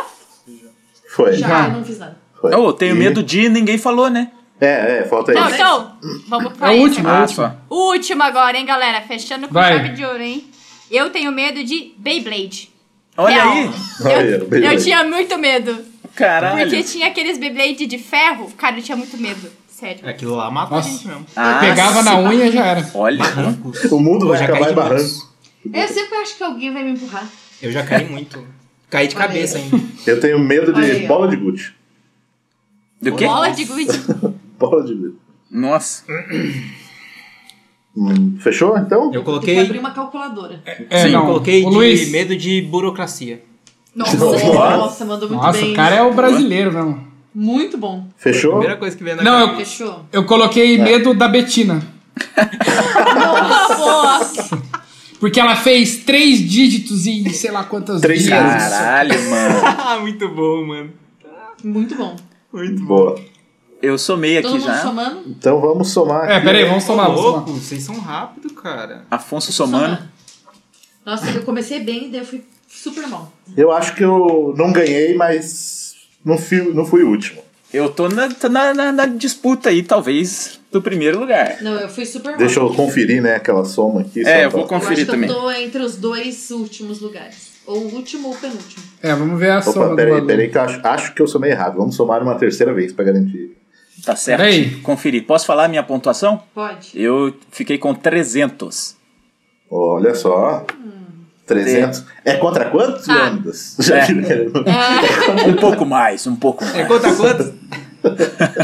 S2: Foi.
S5: Já, eu não fiz nada.
S2: Foi.
S3: Eu tenho
S2: E-
S3: medo de ninguém falou, né?
S2: É, é, falta
S7: Não,
S2: isso.
S7: então, vamos
S4: É
S7: pra
S4: o
S7: isso.
S4: último, é o último.
S3: só.
S7: O último agora, hein, galera? Fechando com
S4: Vai.
S7: chave de ouro, hein? Eu tenho medo de Beyblade.
S3: Olha
S7: Real.
S3: aí.
S2: Olha,
S7: Eu,
S2: Beyblade.
S7: eu tinha muito medo.
S3: Caralho.
S7: Porque tinha aqueles Beyblade de ferro. Cara, eu tinha muito medo. Sério.
S4: É.
S10: Aquilo lá mata
S4: Nossa.
S10: a gente mesmo.
S3: Ah,
S4: Pegava na unha e já era.
S3: Olha.
S10: Barrancos.
S2: O mundo vai
S4: é
S10: Eu já
S2: acabar
S10: caí
S2: em
S10: de
S2: barranco.
S10: muitos.
S5: Eu sempre acho que alguém vai me empurrar.
S10: Eu já caí muito. Caí de
S5: Olha
S10: cabeça
S5: aí.
S10: ainda.
S2: Eu tenho medo de
S5: Olha aí, ó.
S2: bola de gude.
S3: Do quê?
S7: Bola de gude.
S2: Bola de gude.
S3: Nossa.
S2: Hum, fechou, então?
S10: Eu
S5: Tem que Tipo, abrir
S10: coloquei.
S5: uma calculadora.
S4: É,
S10: Sim, eu
S4: não.
S10: coloquei
S4: o
S10: de
S4: Luiz.
S10: medo de burocracia.
S7: Nossa,
S5: Nossa, mandou muito
S4: Nossa,
S5: bem.
S4: o cara é o brasileiro mesmo.
S5: Muito bom.
S2: Fechou?
S10: Primeira coisa que veio na
S4: Não,
S10: cabeça.
S5: Fechou?
S4: Eu
S2: É.
S4: coloquei medo da Betina.
S7: boa.
S4: Porque ela fez três dígitos em sei lá quantas
S2: Três
S4: dias.
S3: Caralho, mano.
S10: Ah, muito bom, mano.
S5: Muito bom.
S10: Muito bom.
S2: Boa.
S3: Eu somei
S5: Todo
S3: aqui
S5: mundo
S3: já.
S5: somando?
S2: Então vamos somar aqui.
S4: É, peraí, vamos
S10: Ô,
S4: somar. Vamos somar.
S10: louco, vocês são rápidos, cara.
S3: Afonso somando.
S5: Nossa, eu comecei bem, daí eu fui super mal.
S2: Eu acho que eu não ganhei, mas não fui, não fui o último.
S3: Eu tô na, tô na, na- na disputa aí, talvez, do primeiro lugar.
S5: Não, eu fui super mal.
S2: Deixa eu conferir, né, aquela soma aqui.
S3: É,
S2: só
S3: eu vou
S2: pra-
S5: Eu acho
S3: conferir
S5: que
S3: também.
S5: eu tô entre os dois últimos lugares. Ou o último ou o penúltimo.
S4: É, vamos ver a soma
S2: Opa,
S4: do
S2: peraí,
S4: valor.
S2: peraí, que eu acho, acho que eu somei errado. Vamos somar uma terceira vez pra garantir.
S3: Tá certo?
S4: Peraí.
S3: Conferir. Posso falar a minha pontuação?
S5: Pode?
S3: Eu fiquei com 300.
S2: Olha só. 300. É contra quantos,
S7: Ah.
S2: Leônidas? Já
S3: É.
S2: que-
S3: Um pouco mais, um pouco
S10: É
S3: mais.
S10: conta quanto?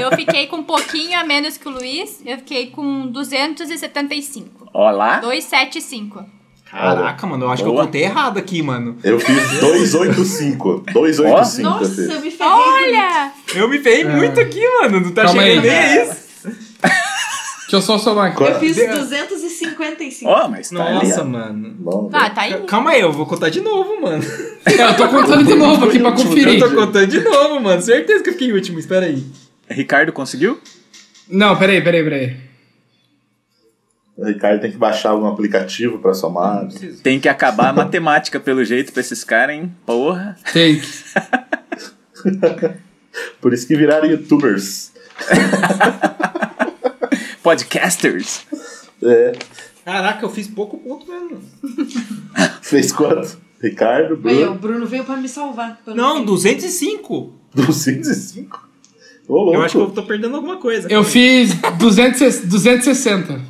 S7: Eu fiquei com um pouquinho a menos que o Luiz. Eu fiquei com 275.
S3: Ó lá.
S7: 275.
S10: Caraca, mano, eu acho que
S3: Boa.
S10: eu contei errado aqui, mano.
S2: Eu fiz 285. 285 eu
S5: Nossa,
S2: fiz.
S5: eu me ferrei.
S7: Olha!
S10: Eu me ferrei muito aqui, mano. Não tá
S4: É. Calma aí.
S10: chegando nem a isso.
S4: Deixa eu só somar aqui.
S5: Eu fiz
S10: Deu.
S5: 250 55.
S3: Ó, mas tá ali,
S10: Nossa,
S3: ó.
S10: mano.
S7: Ah, tá aí.
S10: Calma aí, eu vou contar de novo, mano.
S4: eu tô contando de novo aqui pra conferir.
S10: Eu tô contando de novo, mano. Certeza que eu fiquei em último, espera aí.
S3: Ricardo conseguiu?
S4: Não, peraí, peraí, peraí.
S2: O Ricardo tem que baixar um aplicativo pra somar.
S3: Tem que acabar a matemática, pelo jeito, pra esses caras, hein? Porra.
S4: Tem.
S2: Por isso que viraram youtubers.
S3: Podcasters.
S2: É,
S10: Caraca, eu fiz pouco ponto mesmo.
S2: fez quanto? Ricardo,
S5: Aí, ó,
S2: Bruno,
S5: o Bruno veio pra me salvar. Eu
S10: Não,
S5: sei.
S10: 205.
S2: 205? Ô, louco.
S10: Eu acho que eu tô perdendo alguma coisa.
S4: Eu fiz 200, 260.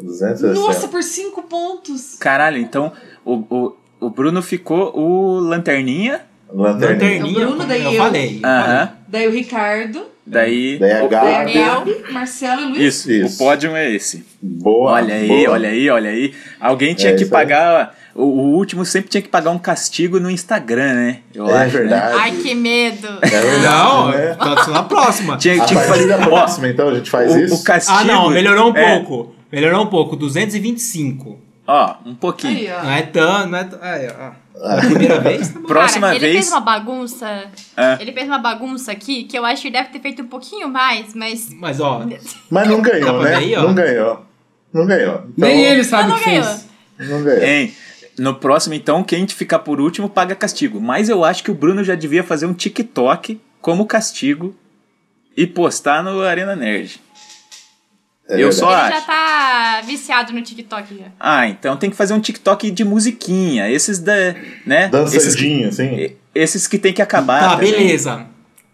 S2: 260.
S5: Nossa, por 5 pontos.
S3: Caralho, então o, o, o Bruno ficou o Lanterninha.
S2: Lanterninha.
S5: É o Bruno, daí
S10: eu,
S5: eu.
S10: falei. eu falei.
S3: Aham.
S5: Daí o Ricardo,
S3: Daí.
S2: Daí a
S3: o-
S2: Gabi.
S5: Gabi, Marcelo e Luiz.
S3: Isso,
S2: Isso.
S3: o pódio é esse.
S2: Boa.
S3: Olha aí,
S2: boa.
S3: olha aí, olha aí. Alguém tinha
S2: É
S3: que
S2: isso aí.
S3: pagar. O, o último sempre tinha que pagar um castigo no Instagram, né? Eu
S2: É
S3: acho. né?
S2: verdade.
S7: Ai, que medo.
S2: É verdade,
S10: Não,
S2: né?
S10: tá sendo a próxima.
S3: Tinha,
S2: A
S3: tinha que
S2: partir
S3: fazer.
S2: da
S3: Ó,
S2: próxima, então, a gente faz
S3: o,
S2: isso?
S3: o castigo.
S10: Ah, não, melhorou um
S3: é,
S10: pouco. Melhorou um pouco, 225.
S3: Ó, um pouquinho.
S5: Aí, ó.
S10: Não é tão, não é tão. Aí,
S2: Ah.
S10: ó. Primeira vez? tá bom.
S3: Próxima
S7: Cara, ele
S3: vez.
S7: fez uma bagunça.
S3: Ah.
S7: Ele fez uma bagunça aqui que eu acho que deve ter feito um pouquinho mais, mas.
S10: Mas, ó,
S2: Mas não ganhou,
S10: Tá
S2: né?
S10: aí, ó.
S2: não ganhou. Não ganhou. Então,
S4: Nem ele sabe
S7: Mas
S4: o
S7: não
S4: que
S7: ganhou.
S4: fez.
S2: Não ganhou. É
S3: Hein? No próximo, então, quem ficar por último paga castigo. Mas eu acho que o Bruno já devia fazer um TikTok como castigo e postar no Arena Nerd.
S2: É
S3: eu
S2: verdade.
S3: só
S7: Ele já
S3: acho.
S7: tá viciado no TikTok já.
S3: Ah, então tem que fazer um TikTok de musiquinha. Esses da. né? Esses, É,
S2: Dançadinho, assim.
S3: esses que tem que acabar.
S10: tá,
S3: também.
S10: beleza.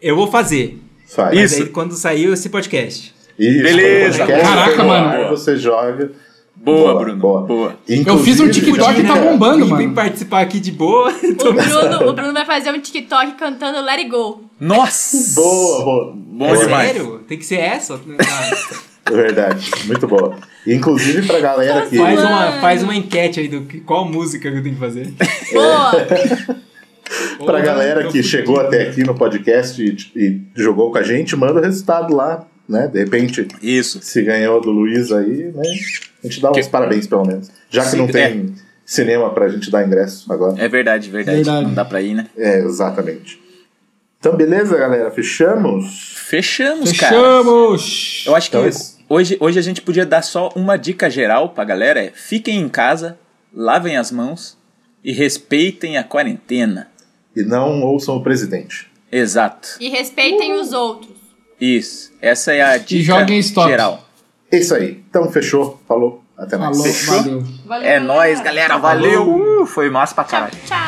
S10: Eu vou fazer.
S2: Faz.
S3: Isso.
S10: Mas aí, quando saiu esse podcast.
S2: Isso,
S3: Beleza.
S2: quando você quer,
S4: Caraca,
S2: você vai
S4: mano.
S2: lá, Você joga.
S3: Boa,
S2: Boa,
S3: Bruno.
S2: boa.
S3: Boa.
S4: Eu fiz um
S2: Inclusive,
S4: TikTok e
S2: gente,
S4: tá
S2: é,
S4: bombando,
S10: e vim
S4: mano.
S10: participar aqui de boa.
S7: O Bruno, o Bruno vai fazer um TikTok cantando Let It Go.
S3: Nossa!
S2: Boa, boa.
S3: Bom
S2: Boa.
S3: demais.
S10: É Sério? Tem que ser essa? Ah,
S2: Verdade, muito boa. Inclusive pra galera que.
S10: faz, uma, faz uma enquete aí do que- qual música que eu tenho que fazer.
S7: Boa!
S2: Pra
S10: Porra,
S2: galera
S10: eu fui-
S2: que chegou até aqui no podcast e, e jogou com a gente, manda o resultado lá, né? De repente,
S3: Isso.
S2: se ganhou do Luiz aí, né? A gente dá uns
S3: Que-
S2: parabéns, pelo menos. Já que
S3: Sim,
S2: não
S3: é.
S2: tem cinema pra gente dar ingresso agora.
S3: É verdade, verdade.
S4: Verdade.
S3: Não dá pra ir, né?
S2: É, exatamente. Então, beleza, galera? Fechamos?
S3: Fechamos, cara.
S4: Fechamos!
S3: Eu acho que
S2: Então, esse-
S3: hoje, hoje a gente podia dar só uma dica geral pra galera: é fiquem em casa, lavem as mãos e respeitem a quarentena.
S2: E não ouçam o presidente.
S3: Exato.
S7: E respeitem os outros.
S3: Isso. Essa é a dica
S4: joguem stop.
S3: geral.
S2: É isso aí. Então, fechou. Falou. Até mais.
S4: Falou,
S3: Fechou?
S4: valeu.
S5: Valeu,
S3: É nóis, galera. Valeu! Uh, foi massa pra
S7: Tchau,
S3: caralho.
S7: tchau.